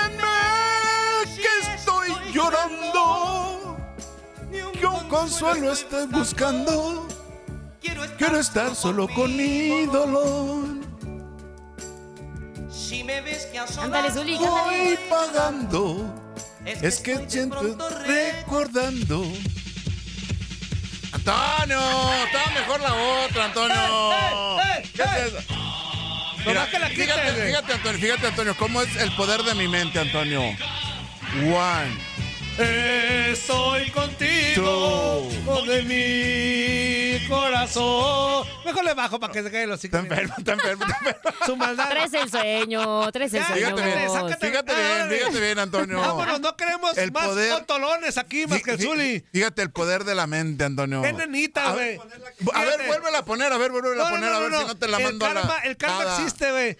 Déjenme que estoy llorando. Que un consuelo estoy buscando. Quiero estar solo con mi dolor. Si me ves que Mm. asomas, Ándale, Zuli, cántale. Voy pagando. Es que siento recordando. Antonio, estaba mejor la otra, Antonio. ¿Qué es eso? Mira, Nomás que la quiten, fíjate, güey. fíjate, Antonio, fíjate, Antonio, cómo es el poder de mi mente, Antonio. One, Estoy contigo de mi corazón. Mejor le bajo para que se caigan los está cinco. enfermo, está enfermo, está [LAUGHS] enfermo. Su maldad. Tres el sueño, tres el Ya, sueño. fíjate, vos. sácate. Fíjate bien, fíjate bien, Antonio. Vámonos, no queremos El más poder- otolones aquí, más que el Fí- fí- Zuli. Fíjate el poder de la mente, Antonio. Qué nenita, A güey. ver, A ver, Fíjate. vuélvela a poner, a ver, vuélvela a No, no, poner, no, a ver no, si no te la el mando a la. karma- El karma nada. existe, güey.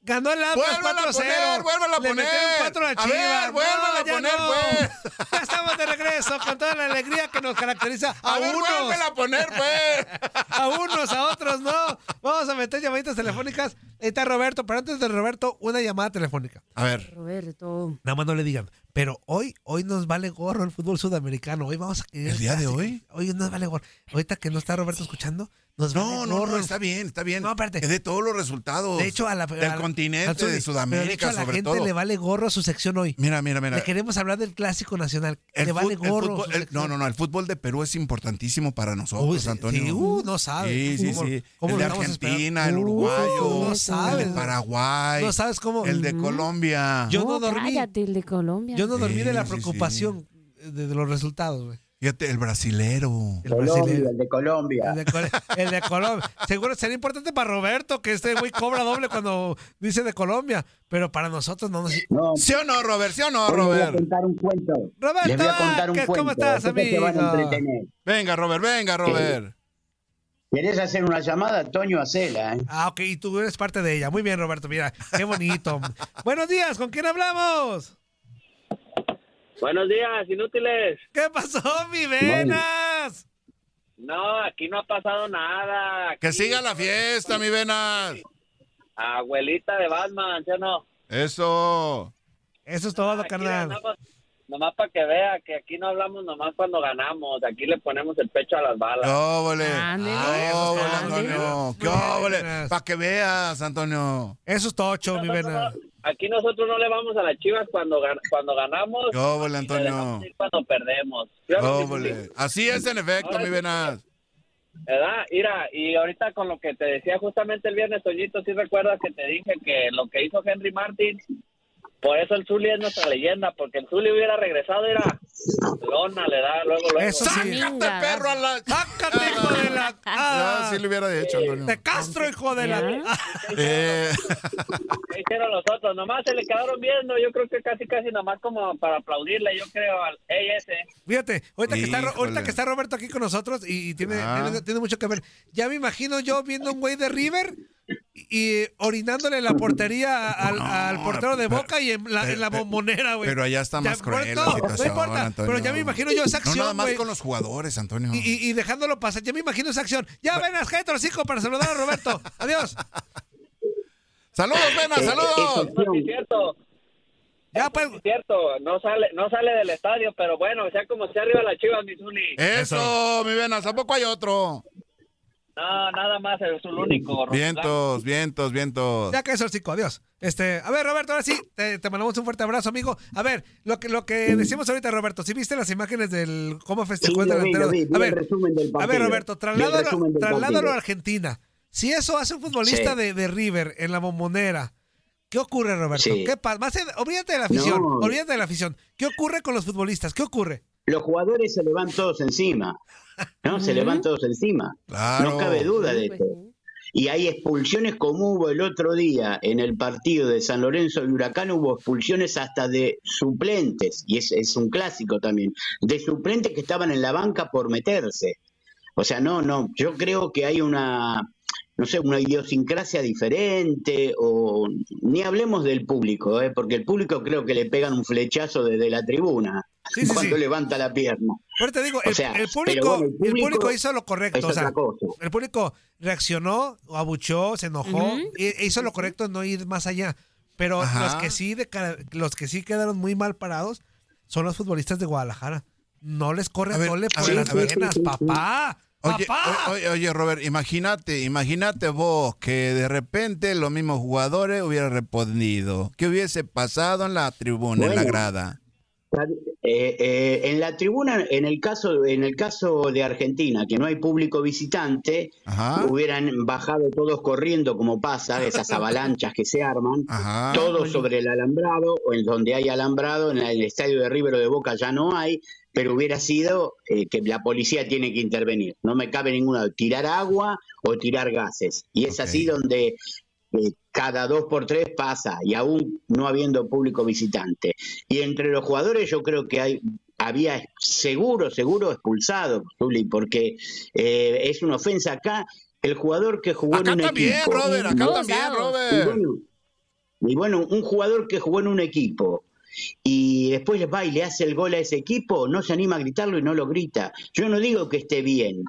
Ganó el Atlas Vuélvala a 4-0. poner, vuélvala a Le poner. metieron cuatro a A Chivas. ver, vuélvala No, a ya poner, no. pues. Ya estamos de regreso con toda la alegría que nos caracteriza a, A ver, unos. vuélvela a poner, pues. a unos, a otros, no. Vamos a meter llamaditas telefónicas. Ahí está Roberto, pero antes de Roberto, una llamada telefónica. A ver. Roberto. Nada más no le digan, pero hoy, hoy nos vale gorro el fútbol sudamericano. Hoy vamos a querer ¿El día de clásico. hoy? Hoy nos vale gorro. Ahorita que no está Roberto escuchando, nos No, vale no, gorro no, el está bien, está bien. No, espérate. Es de todos los resultados. De hecho, a la, del a la- al continente, sur- de Sudamérica, pero de hecho, a la sobre gente todo. le vale gorro su sección hoy. Mira, mira, mira. Le queremos hablar del clásico nacional. El le vale fut- el gorro. fútbol- su el- no, sección. no, no. El fútbol de Perú es importantísimo para nosotros, Uy, sí, Antonio. sí, uh, no sabe. Sí, sí, ¿Cómo- sí. cómo el de lo estamos Argentina, esperando? el uruguayo, Uh, no el sabes. de Paraguay, No sabes cómo. el de Colombia. Yo no dormí. Cállate, el de Colombia. Yo no dormí de la Sí, sí, sí. preocupación eh, de, de los resultados, güey. Fíjate, el brasilero. El brasileño. de Colombia. El de, Col- el de Colombia. Seguro sería importante para Roberto que este güey cobra doble cuando dice de Colombia, pero para nosotros no nos. No, ¿Sí o no, Robert? ¿Sí o no, hoy les voy a Robert? contar un cuento. Roberto Les voy a contar un Vázquez, cuento. ¿cómo estás, Sé que se van a amigo? entretener. Venga, Robert, venga, Robert. ¿Querés hacer una llamada, Toño? Hacela, ¿eh? Ah, ok, y tú eres parte de ella. Muy bien, Roberto, mira, qué bonito. Buenos días, ¿con quién hablamos? Buenos días, inútiles. ¿Qué pasó, mi venas? No, aquí no ha pasado nada. Que Aquí, siga la fiesta, mi venas. Abuelita de Batman, ¿sí o no? Eso. Eso es todo, Aquí carnal. ganamos, Nomás para que vea que aquí no hablamos nomás cuando ganamos, aquí le ponemos el pecho a las balas. ¡Qué óvole! Ándele, pues, ¡Qué óvole, ándele. Antonio! ¡Qué Buenas. óvole! ¡Para que veas, Antonio! Eso es tocho, mi Nosotros venas. no- aquí nosotros no le vamos a las chivas cuando, gan- cuando ganamos. ¡Qué óvole, y le Antonio! dejamos ir cuando perdemos. ¡Qué Claro que sí, óvole! Así es, en efecto, mi venas. ¿Verdad? Mira, y ahorita con lo que te decía justamente el viernes, Toñito, si recuerdas que te dije que lo que hizo Henry Martin, por eso el Zuli es nuestra leyenda, porque el Zuli hubiera regresado, era lona, le da luego, luego. Eso Ah, sí. ¡Sácate, Este perro, a la... ¡Sácate, hijo de [LAUGHS] la... Ya, Ah, sí lo hubiera hecho, Antonio. ¡De Castro, hijo de la... Ah, Eh, ¿Qué hicieron los otros? Nomás se le quedaron viendo, yo creo que casi, casi nomás como para aplaudirle, yo creo, al ES. Fíjate, ahorita que, está, Ro- Híjole. ahorita que está Roberto aquí con nosotros y, y tiene, Ah. tiene, tiene mucho que ver. Ya me imagino yo viendo un güey de River y, y orinándole la portería al, No, al portero de pero- Boca y en la, pero- en la pero- bombonera, güey. pero allá está Ya, más cruel no, la situación, No importa, Antonio. pero ya me imagino yo esa no acción, nada más güey. con los jugadores, Antonio. Y, y- y dejándolo pasar, ya me imagino esa acción. Ya ven, cállate los hijos para saludar a Roberto. Adiós. ¡Saludos, venas, saludos! Eso sí es cierto. Ya pues, Sí es cierto, no sale, no sale del estadio, pero Eh. bueno, sea como sea arriba las chivas, mi Zuli. Eso, mi venas, ¿a poco hay otro? No, nada más, es el único. Vientos, vientos, vientos. Ya que es el chico, adiós. Este, a ver, Roberto, ahora sí, te, te mandamos un fuerte abrazo, amigo. A ver, lo que, lo que decimos ahorita, Roberto, si viste las imágenes del cómo festejó el Sí, lo vi, delantero. lo vi, vi a el ver, resumen del a ver, partido. Roberto, Vi el trasládalo, resumen del trasládalo partido. a Argentina. Si eso hace un futbolista Sí. de, de River en la bombonera, ¿qué ocurre, Roberto? Sí. ¿Qué pa- más allá- olvídate de la afición, No. olvídate de la afición. ¿Qué ocurre con los futbolistas? ¿Qué ocurre? Los jugadores se le van todos encima. ¿No? Se le van todos encima. Claro. No cabe duda de esto. Y hay expulsiones como hubo el otro día en el partido de San Lorenzo y Huracán, hubo expulsiones hasta de suplentes, y es, es un clásico también, de suplentes que estaban en la banca por meterse. O sea, no, no, yo creo que hay una, no sé, una idiosincrasia diferente, o ni hablemos del público, ¿eh? porque el público creo que le pegan un flechazo desde la tribuna Sí, sí, cuando sí. levanta la pierna. Ahora te digo, O el, sea, el pero público, bueno, el el público público hizo lo correcto. es o sea, otra cosa. el público reaccionó, abuchó, se enojó, Ujú. e- e hizo lo correcto en no ir más allá. Pero Ajá. los que sí de cara- los que sí quedaron muy mal parados son los futbolistas de Guadalajara. No les corre A ver, tole a por ver, las a ver. venas, papá. Oye, o- papá. oye, oye, Robert, imagínate, imagínate vos que de repente los mismos jugadores hubieran respondido. ¿Qué hubiese pasado en la tribuna, en la Bueno. grada? Eh, eh, en la tribuna, en el caso, en el caso de Argentina, que no hay público visitante, Ajá. hubieran bajado todos corriendo como pasa, esas avalanchas que se arman, Ajá. todos sobre el alambrado, o en donde hay alambrado, en el estadio de River o de Boca ya no hay, pero hubiera sido eh, que la policía tiene que intervenir. No me cabe ninguna, tirar agua o tirar gases. Y es Ok. así donde eh, cada dos por tres pasa, y aún no habiendo público visitante. Y entre los jugadores yo creo que hay había seguro, seguro expulsado, Juli, porque eh, es una ofensa acá. El jugador que jugó en Acá un también, equipo. Robert, acá Todos también, lados. Y Robert. bueno, y bueno, un jugador que jugó en un equipo y después va y le hace el gol a ese equipo, no se anima a gritarlo y no lo grita. Yo no digo que esté bien,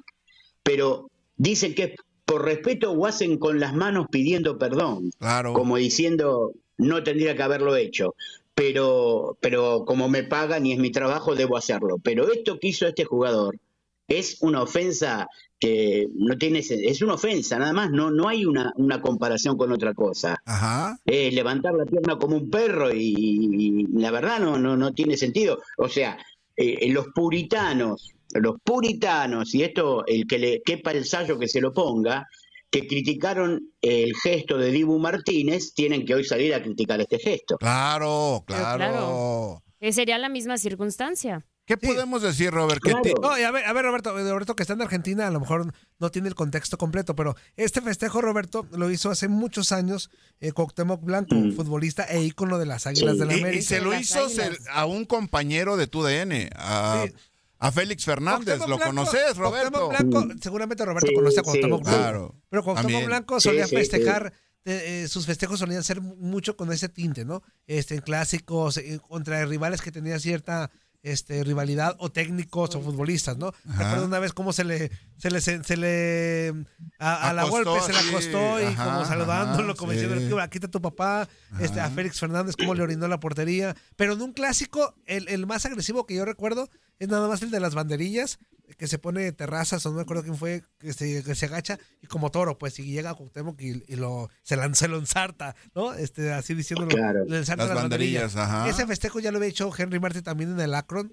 pero dicen que es por respeto o hacen con las manos pidiendo perdón, Claro. como diciendo no tendría que haberlo hecho. Pero, pero como me pagan y es mi trabajo, debo hacerlo. Pero esto que hizo este jugador es una ofensa que no tiene sen- es una ofensa nada más no no hay una, una comparación con otra cosa Ajá. Eh, levantar la pierna como un perro y, y la verdad no no no tiene sentido o sea eh, los puritanos los puritanos y esto el que le quepa el sallo que se lo ponga que criticaron el gesto de Dibu Martínez tienen que hoy salir a criticar este gesto Claro, Pero claro. claro. Eh, Sería la misma circunstancia. ¿Qué podemos decir, Robert? Que Claro. ti- No, y a ver, a ver, Roberto, eh, Roberto que está en Argentina, a lo mejor no tiene el contexto completo, pero este festejo, Roberto, lo hizo hace muchos años eh, Cuauhtémoc Blanco, Mm. futbolista e ícono de las Águilas Sí. del y- y, América. se lo Las hizo águilas. se- a un compañero de tu DN, a, Sí. a Félix Fernández. Cuauhtémoc ¿Lo Blanco- conoces, Roberto? Cuauhtémoc Blanco, seguramente Roberto Sí, conoce a sí, Cuauhtémoc sí. Blanco. Claro. Pero Cuauhtémoc También. Blanco Sí, solía sí, sí. festejar, eh, eh, sus festejos solían ser mu- mucho con ese tinte, ¿no? Este, en clásicos, eh, contra rivales que tenían cierta este, rivalidad o técnicos o futbolistas, ¿no? Ajá. Recuerdo una vez cómo se le, se le, se, se le a, a la Acostó golpe se le así, acostó y ajá, como saludándolo, ajá, como sí. diciendo, "Aquí va, aquí está tu papá, este, a Félix Fernández, cómo le orinó la portería. Pero en un clásico, el, el más agresivo que yo recuerdo es nada más el de las banderillas, que se pone de terrazas, o no me acuerdo quién fue, que se, que se agacha, y como toro, pues, y llega a Cuauhtémoc y, y lo, se, lan- se lo ensarta, ¿no? Este, así diciéndolo, Claro. le ensarta Las banderillas, Ah. ajá. Ese festejo ya lo había hecho Henry Martin también en el Akron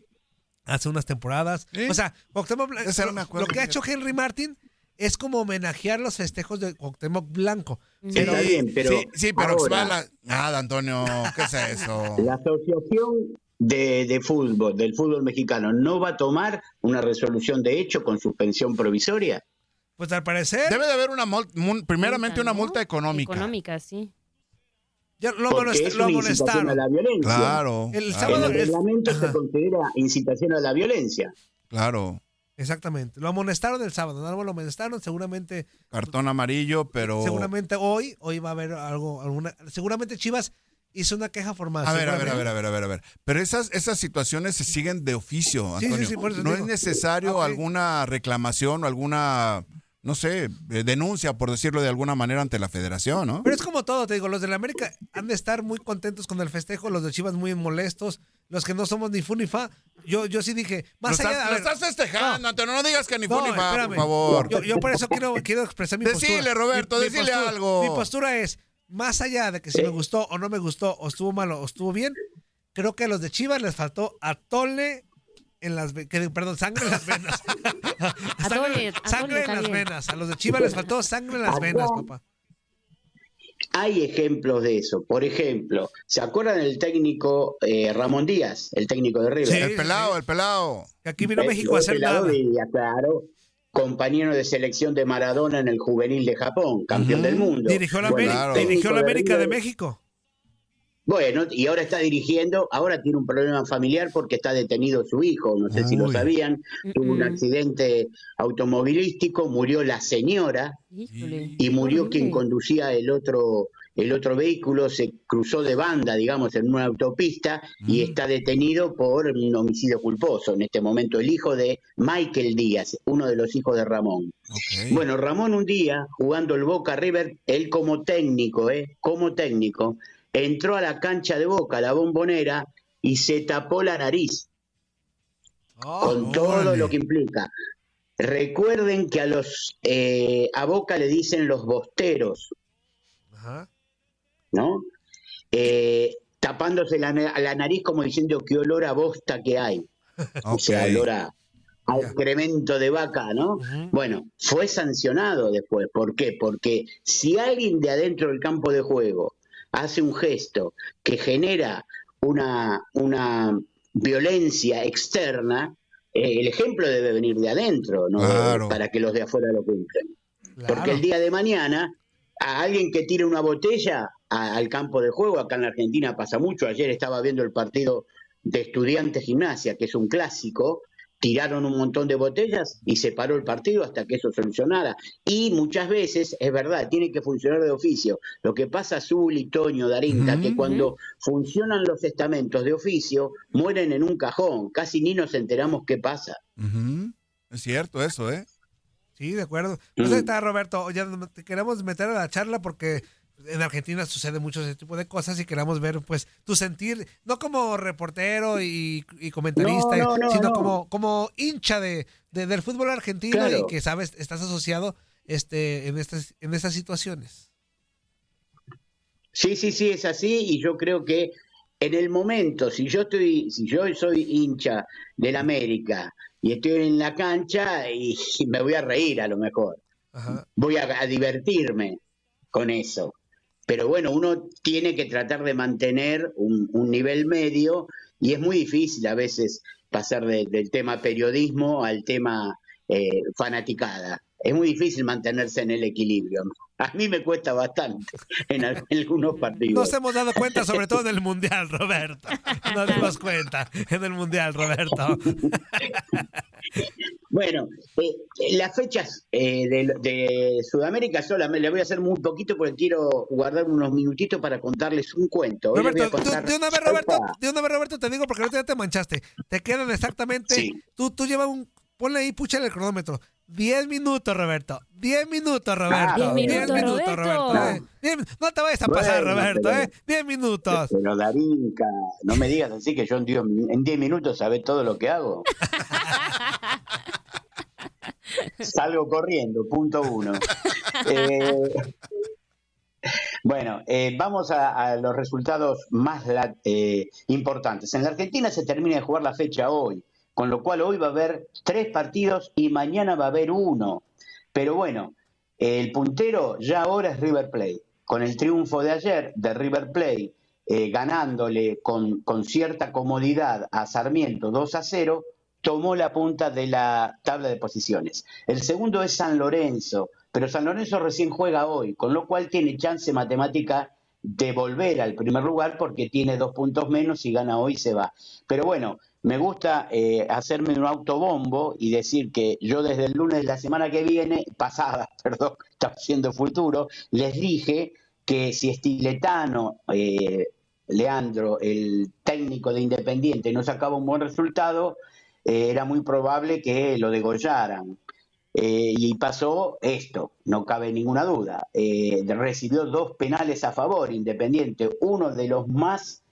hace unas temporadas. ¿Sí? O sea, Cuauhtémoc Blanco, Ese no me lo acuerdo. que ha hecho Henry Martin es como homenajear los festejos de Cuauhtémoc Blanco. Pero- está bien pero sí, sí, pero ahora, Xvala- Nada, Antonio, ¿qué es eso? [LAUGHS] La asociación de, de fútbol, del fútbol mexicano, no va a tomar una resolución de hecho con suspensión provisoria. Pues al parecer, Debe de haber una mul- mun- primeramente una ¿no? multa económica. Económica, sí. ya lo, Porque amonest- es lo una incitación a amonestaron. la violencia. Claro. El claro, En sábado- el reglamento Ajá. se considera incitación a la violencia. claro. Exactamente. Lo amonestaron el sábado. No lo amonestaron. Seguramente, Cartón amarillo, pero. seguramente hoy, hoy va a haber algo, alguna. Seguramente Chivas hizo una queja formal. A ver, a ver, a seguramente. ver, a ver, a ver, a ver. Pero esas, esas situaciones se siguen de oficio, Sí, sí, Antonio. sí, por eso no digo. es necesario Ok. alguna reclamación o alguna, no sé, eh, denuncia, por decirlo de alguna manera, ante la federación, ¿no? Pero es como todo, te digo, los de la América han de estar muy contentos con el festejo, los de Chivas muy molestos, los que no somos ni fun ni fa. Yo, yo sí dije, más Lo allá estás- a lo ver, estás festejando, Antonio, no digas que ni fu ni fa, por espérame. favor. Yo, yo por eso [LAUGHS] quiero, quiero expresar mi postura. Decile, Roberto, Mi- mi decile postura- algo. Mi postura es, más allá de que si me gustó o no me gustó, o estuvo malo o estuvo bien, creo que a los de Chivas les faltó atole en las ve- que- perdón, sangre en las [LAUGHS] venas. [LAUGHS] Atole, atole, sangre sangre en está las bien. venas. A los de Chivas les faltó sangre en las venas, papá. Hay ejemplos de eso. Por ejemplo, ¿se acuerdan del técnico eh, Ramón Díaz, el técnico de River? el pelado, el pelado. Que aquí vino Eh, México a hacer López nada. Lavovilla, claro. Compañero de selección de Maradona en el juvenil de Japón, campeón del mundo. Dirigió la, Bueno, América- el técnico dirigió la América de River. México. Bueno, y ahora está dirigiendo, ahora tiene un problema familiar porque está detenido su hijo, no sé si lo Uy. sabían, tuvo un Mm. accidente automovilístico, murió la señora Híjole. y murió quien Horrible. conducía el otro el otro vehículo, se cruzó de banda, digamos, en una autopista y está detenido por un homicidio culposo, en este momento el hijo de Michael Díaz, uno de los hijos de Ramón. Ok. Bueno, Ramón un día, jugando el Boca River, él como técnico, ¿eh? Como técnico, entró a la cancha de Boca, a la bombonera, y se tapó la nariz, Oh, con todo órale. lo que implica. Recuerden que a los eh, a Boca le dicen los bosteros, Ajá. ¿no? Eh, tapándose la, na- la nariz como diciendo qué olor a bosta que hay. O sea, Ok. olor a, a excremento de vaca, ¿no? Bueno, fue sancionado después. ¿Por qué? Porque si alguien de adentro del campo de juego hace un gesto que genera una, una violencia externa, eh, el ejemplo debe venir de adentro, ¿no? Claro. Para que los de afuera lo cumplan. Porque Claro. el día de mañana, a alguien que tire una botella a- al campo de juego, acá en la Argentina pasa mucho, ayer estaba viendo el partido de estudiantes gimnasia, que es un clásico, tiraron un montón de botellas y se paró el partido hasta que eso solucionara. Y muchas veces, es verdad, tiene que funcionar de oficio. Lo que pasa Zuli, Toño, Darinta, que cuando funcionan los estamentos de oficio, mueren en un cajón, casi ni nos enteramos qué pasa. Ujú. Es cierto eso, ¿eh? Sí, de acuerdo. Pues ahí está, Roberto. Ya te queremos meter a la charla porque en Argentina sucede mucho ese tipo de cosas y queremos ver, pues, tu sentir, no como reportero y, y comentarista, No, no, no, sino no. como, como hincha de, de- del fútbol argentino Claro. y que, sabes, estás asociado este, en, estas, en estas situaciones. Sí, sí, sí, es así y yo creo que en el momento, si yo estoy, si yo soy hincha del América y estoy en la cancha y me voy a reír a lo mejor, Ajá. voy a, a divertirme con eso. Pero bueno, uno tiene que tratar de mantener un, un nivel medio y es muy difícil a veces pasar de- del tema periodismo al tema eh, fanaticada. Es muy difícil mantenerse en el equilibrio. A mí me cuesta bastante en al- en algunos partidos. Nos hemos dado cuenta, sobre todo en el Mundial, Roberto. Nos dimos cuenta en el Mundial, Roberto. Bueno, eh, eh, las fechas eh, de, de Sudamérica solamente le voy a hacer muy poquito porque quiero guardar unos minutitos para contarles un cuento. Hoy les voy a Roberto, tú- contar- de una vez, Roberto, Opa. de una vez, Roberto, te digo porque ahorita ya te manchaste. Te quedan exactamente. Sí. Tú, tú llevas un. Ponle ahí, pucha el cronómetro. 10 minutos, Roberto. 10 minutos, Roberto. Ah, 10 Diez minutos, Roberto. ¿eh? Diez min- no te vayas a pasar, Bueno, Roberto, pero- ¿eh? 10 minutos. Pero Darinka, no me digas así que yo en 10 min- en 10 minutos sabés todo lo que [LAUGHS] hago. Salgo corriendo, punto uno. Eh, bueno, eh, vamos a, a los resultados más la- eh, importantes. En la Argentina se termina de jugar la fecha hoy, con lo cual hoy va a haber tres partidos y mañana va a haber uno. Pero bueno, el puntero ya ahora es River Plate. Con el triunfo de ayer de River Plate, eh, ganándole con, con cierta comodidad a Sarmiento 2 a 0, tomó la punta de la tabla de posiciones. El segundo es San Lorenzo, pero San Lorenzo recién juega hoy, con lo cual tiene chance matemática de volver al primer lugar porque tiene dos puntos menos y gana hoy se va. Pero bueno, me gusta eh, hacerme un autobombo y decir que yo desde el lunes de la semana que viene, [LAUGHS] pasada, perdón, está siendo futuro, les dije que si Estiletano, eh, Leandro, el técnico de Independiente, no sacaba un buen resultado, eh, era muy probable que lo degollaran. Eh, y pasó esto, no cabe ninguna duda. Eh, recibió dos penales a favor, Independiente, uno de los más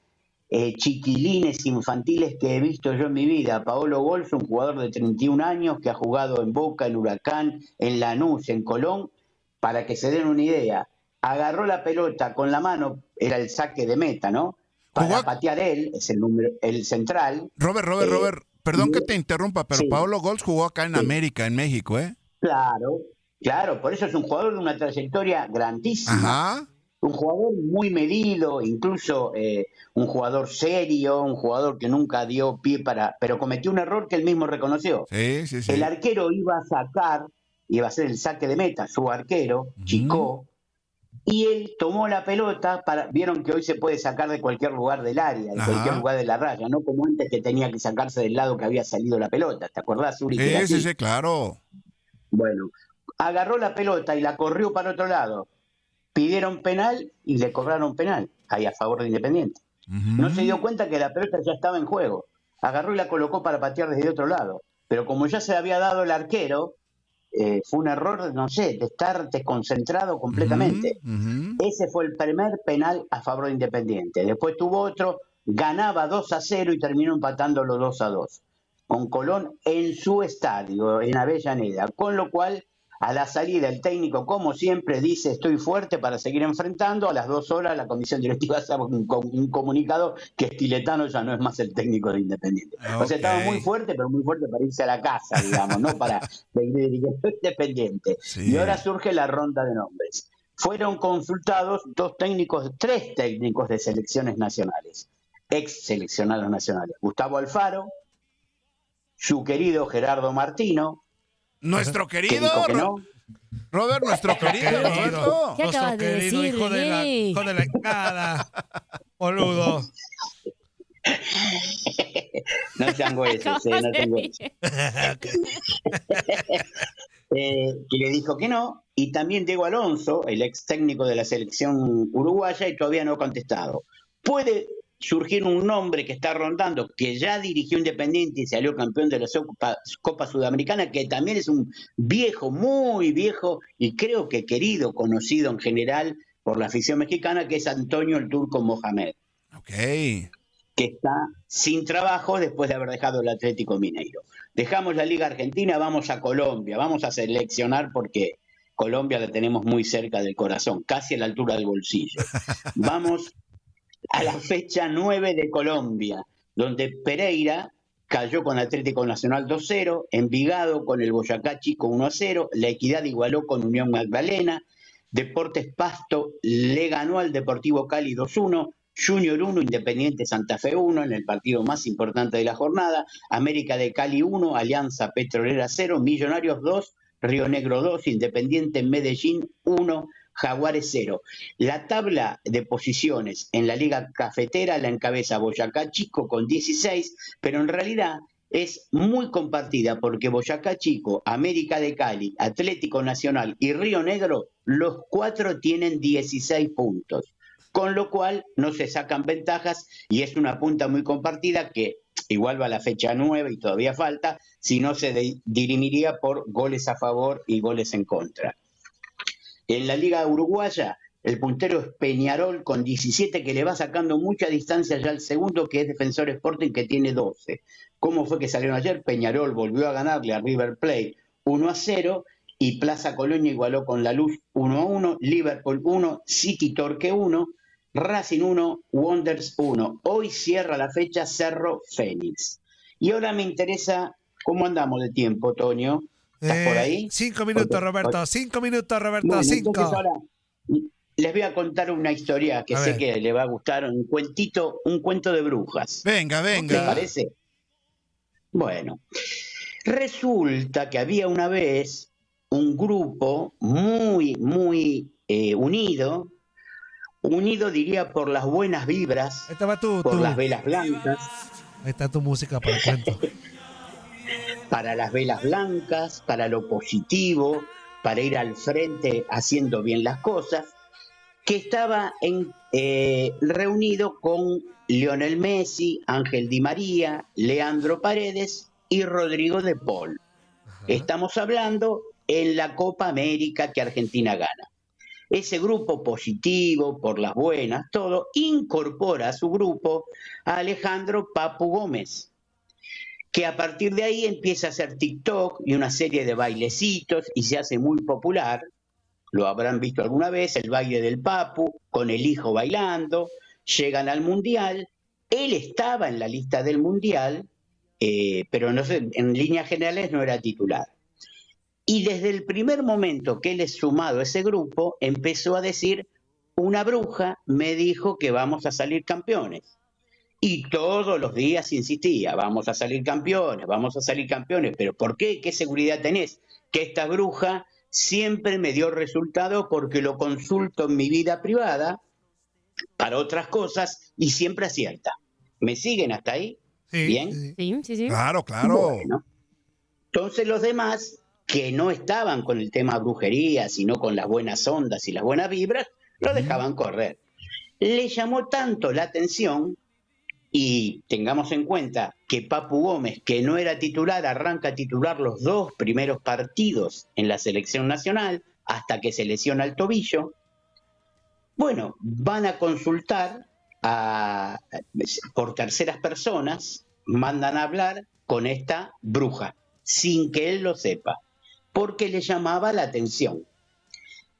eh, chiquilines infantiles que he visto yo en mi vida. Paolo Golf, un jugador de 31 años que ha jugado en Boca, en Huracán, en Lanús, en Colón, para que se den una idea. Agarró la pelota con la mano, era el saque de meta, ¿no? Para patear él, es el, número, el central. Robert, Robert, Eh, Robert, perdón que sí. te interrumpa, pero Sí. Paolo Golds jugó acá en América, en México, ¿eh? Claro, claro, por eso es un jugador de una trayectoria grandísima. Un jugador muy medido, incluso eh, un jugador serio, un jugador que nunca dio pie para. Pero cometió un error que él mismo reconoció. Sí, sí, sí. El arquero iba a sacar, iba a hacer el saque de meta, su arquero, Chicó, y él tomó la pelota para. Vieron que hoy se puede sacar de cualquier lugar del área, de Ajá. cualquier lugar de la raya, no como antes que tenía que sacarse del lado que había salido la pelota. ¿Te [LAUGHS] acordás, Uri? que era Sí, sí, así? sí, claro. Bueno, agarró la pelota y la corrió para otro lado. Pidieron penal y le cobraron penal, ahí a favor de Independiente. No se dio cuenta que la pelota ya estaba en juego. Agarró y la colocó para patear desde otro lado. Pero como ya se había dado el arquero, eh, fue un error, no sé, de estar desconcentrado completamente. Ese fue el primer penal a favor de Independiente. Después tuvo otro, ganaba 2 a 0 y terminó empatándolo 2 a 2 con Colón en su estadio, en Avellaneda. Con lo cual, a la salida, el técnico, como siempre, dice: Estoy fuerte para seguir enfrentando. A las dos horas, la comisión directiva [LAUGHS] saca un, com- un comunicado que Estiletano ya no es más el técnico de Independiente. O sea, estaba Ok. muy fuerte, pero muy fuerte para irse a la casa, digamos, no para seguir dirigiendo Independiente. Sí. Y ahora surge la ronda de nombres. Fueron consultados dos técnicos, tres técnicos de selecciones nacionales, ex seleccionados nacionales. Gustavo Alfaro, su querido Gerardo Martino. Nuestro que querido dijo que no. Robert, [LAUGHS] nuestro querido Roberto. ¿Qué acabas de decir, hijo de, la, René? hijo de la cara, boludo. No sean güeyes, eh, no sean [LAUGHS] güeyes. Eh, que le dijo que no. Y también Diego Alonso, el ex técnico de la selección uruguaya, y todavía no ha contestado. Puede surgir un nombre que está rondando, que ya dirigió Independiente y salió campeón de la Sopa- Copa Sudamericana, que también es un viejo, muy viejo, y creo que querido, conocido en general por la afición mexicana, que es Antonio el Turco Mohamed Ok. que está sin trabajo después de haber dejado el Atlético Mineiro. Dejamos la Liga Argentina, vamos a Colombia, vamos a seleccionar porque Colombia la tenemos muy cerca del corazón, casi a la altura del bolsillo. Vamos a la fecha 9 de Colombia, donde Pereira cayó con Atlético Nacional 2-0, Envigado con el Boyacá Chico 1-0, La Equidad igualó con Unión Magdalena, Deportes Pasto le ganó al Deportivo Cali 2-1, Junior 1, Independiente Santa Fe 1 en el partido más importante de la jornada, América de Cali 1, Alianza Petrolera 0, Millonarios 2, Río Negro 2, Independiente Medellín 1, Jaguares 0. La tabla de posiciones en la Liga Cafetera la encabeza Boyacá Chico con 16, pero en realidad es muy compartida porque Boyacá Chico, América de Cali, Atlético Nacional y Río Negro, los cuatro tienen 16 puntos, con lo cual no se sacan ventajas y es una punta muy compartida que igual va a la fecha 9 y todavía falta, si no se de- dirimiría por goles a favor y goles en contra. En la Liga Uruguaya, el puntero es Peñarol con 17, que le va sacando mucha distancia ya al segundo, que es Defensor Sporting, que tiene 12. ¿Cómo fue que salieron ayer? Peñarol volvió a ganarle a River Plate 1 a 0 y Plaza Colonia igualó con La Luz 1 a 1, Liverpool 1, City Torque 1, Racing 1, Wonders 1. Hoy cierra la fecha Cerro Fénix. Y ahora me interesa cómo andamos de tiempo, Toño. ¿Estás por Eh, ahí? Cinco minutos, Porque- Roberto. Cinco minutos, Roberto. bueno, cinco. entonces ahora les voy a contar una historia que A sé ver. que le va a gustar, un cuentito, un cuento de brujas. Venga, ¿Te venga. parece? Bueno, resulta que había una vez un grupo muy, muy eh, unido, unido diría por las buenas vibras, Ahí estaba tú, por tú. las velas blancas, Ahí está tu música para el [LAUGHS] cuento. para las velas blancas, para lo positivo, para ir al frente haciendo bien las cosas, que estaba en- eh, reunido con Lionel Messi, Ángel Di María, Leandro Paredes y Rodrigo de Paul. Estamos hablando en la Copa América que Argentina gana. Ese grupo positivo, por las buenas, todo, incorpora a su grupo a Alejandro Papu Gómez, que a partir de ahí empieza a hacer TikTok y una serie de bailecitos y se hace muy popular. Lo habrán visto alguna vez, el baile del Papu, con el hijo bailando, llegan al Mundial. Él estaba en la lista del Mundial, eh, pero no sé, en líneas generales no era titular. Y desde el primer momento que él es sumado a ese grupo, empezó a decir, una bruja me dijo que vamos a salir campeones. Y todos los días insistía, vamos a salir campeones, vamos a salir campeones, pero ¿por qué? ¿Qué seguridad tenés? Que esta bruja siempre me dio resultado porque lo consulto en mi vida privada para otras cosas y siempre acierta. ¿Me siguen hasta ahí? ¿Bien? Sí, sí, sí. Claro, claro. Bueno, entonces los demás que no estaban con el tema brujería, sino con las buenas ondas y las buenas vibras, lo dejaban correr. Le llamó tanto la atención y tengamos en cuenta que Papu Gómez, que no era titular, arranca a titular los dos primeros partidos en la selección nacional hasta que se lesiona el tobillo. Bueno, van a consultar a- por terceras personas, mandan a hablar con esta bruja, sin que él lo sepa, porque le llamaba la atención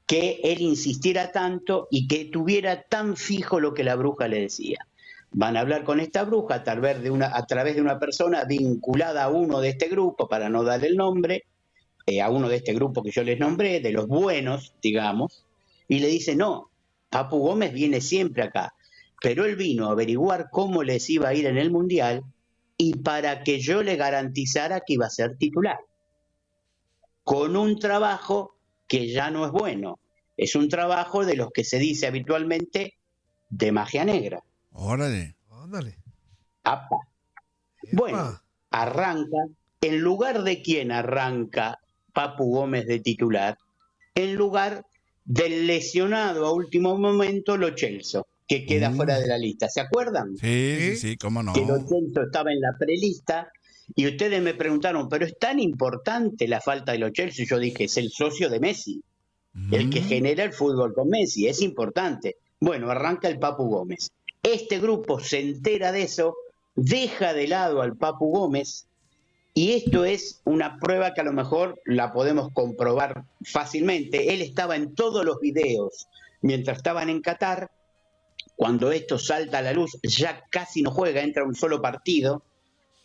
que él insistiera tanto y que tuviera tan fijo lo que la bruja le decía. Van a hablar con esta bruja a través de una, a través de una persona vinculada a uno de este grupo, para no dar el nombre, eh, a uno de este grupo que yo les nombré, de los buenos, digamos, y le dice, no, Papu Gómez viene siempre acá, pero él vino a averiguar cómo les iba a ir en el Mundial y para que yo le garantizara que iba a ser titular, con un trabajo que ya no es bueno, es un trabajo de los que se dice habitualmente de magia negra. Órale. Ándale. Apa. Bueno, arranca. En lugar de quién arranca Papu Gómez de titular, en lugar del lesionado a último momento Lo Celso, que queda Mm. fuera de la lista. ¿Se acuerdan? Sí, sí, sí, cómo no. Que Lo Celso estaba en la prelista. Y ustedes me preguntaron, ¿pero es tan importante la falta de Lo Celso? Y yo dije, es el socio de Messi, el Mm. que genera el fútbol con Messi, es importante. Bueno, arranca el Papu Gómez. Este grupo se entera de eso, deja de lado al Papu Gómez, y esto es una prueba que a lo mejor la podemos comprobar fácilmente. Él estaba en todos los videos mientras estaban en Qatar. Cuando esto salta a la luz, ya casi no juega, entra un solo partido.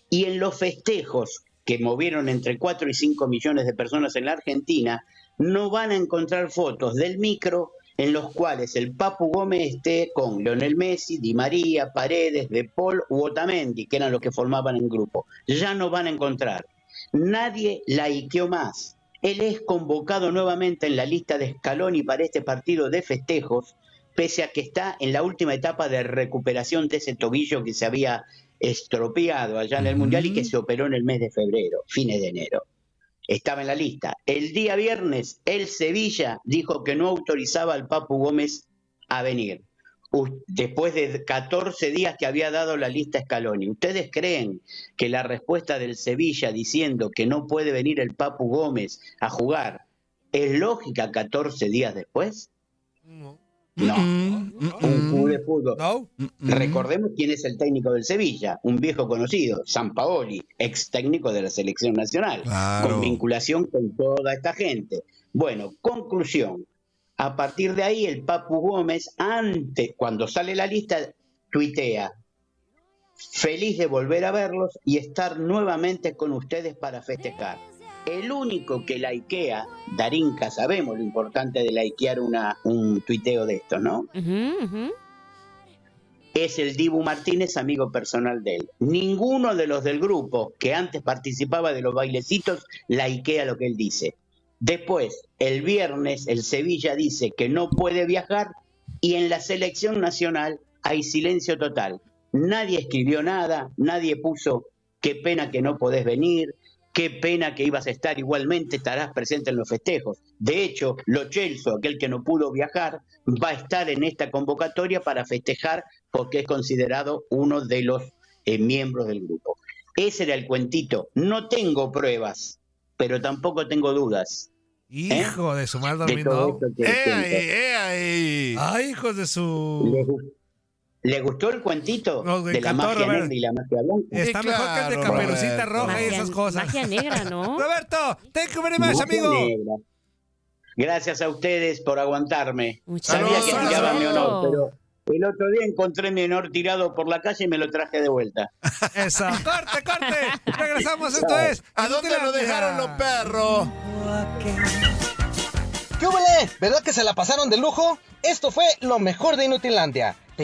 Y en los festejos que movieron entre 4 y 5 millones de personas en la Argentina, no van a encontrar fotos del micro en los cuales el Papu Gómez esté con Lionel Messi, Di María, Paredes, De Paul u Otamendi, que eran los que formaban el grupo. Ya no van a encontrar. Nadie la laiqueó más. Él es convocado nuevamente en la lista de Scaloni para este partido de festejos, pese a que está en la última etapa de recuperación de ese tobillo que se había estropeado allá en el Mundial y que se operó en el mes de febrero, fines de enero. Estaba en la lista. El día viernes, el Sevilla dijo que no autorizaba al Papu Gómez a venir. U- Después de 14 días que había dado la lista Scaloni, ¿ustedes creen que la respuesta del Sevilla diciendo que no puede venir el Papu Gómez a jugar es lógica 14 días después? No. Un club de fútbol. Recordemos quién es el técnico del Sevilla, un viejo conocido, Sampaoli, ex técnico de la selección nacional, con vinculación con toda esta gente. Bueno, conclusión. A partir de ahí, el Papu Gómez, antes, cuando sale la lista, tuitea. Feliz de volver a verlos y estar nuevamente con ustedes para festejar. El único que la IKEA, Darinka, sabemos lo importante de la una, un tuiteo de esto, ¿no? es el Dibu Martínez, amigo personal de él. Ninguno de los del grupo que antes participaba de los bailecitos laikea lo que él dice. Después, el viernes, el Sevilla dice que no puede viajar y en la selección nacional hay silencio total. Nadie escribió nada, nadie puso qué pena que no podés venir, qué pena que ibas a estar, igualmente estarás presente en los festejos. De hecho, Lo Celso, aquel que no pudo viajar, va a estar en esta convocatoria para festejar porque es considerado uno de los eh, miembros del grupo. Ese era el cuentito. No tengo pruebas, pero tampoco tengo dudas. Hijo de su mal dormido. ¿Eh? todo esto que ¡Eh, cuento. ahí, eh, ahí! Ay, hijos de ¿Le, su. gu- le gustó el cuentito Nos de la encantó, magia Robert. negra y la magia blanca? Está Sí, mejor que el de claro, Caperucita Roberto. Roja y Magia- esas cosas. Magia negra, ¿no? [LAUGHS] Roberto, thank you very much, Magia amigo. negra. Gracias a ustedes por aguantarme. Muchas Sabía Saludos, que saludos. tiraba mi honor, pero el otro día encontré mi honor tirado por la calle y me lo traje de vuelta. [LAUGHS] Eso. Corte, corte. Regresamos, esto es. ¿A dónde lo Inutilandia. dejaron los perros? ¿Qué hubole? ¿Verdad que se la pasaron de lujo? Esto fue lo mejor de Inutilandia. Te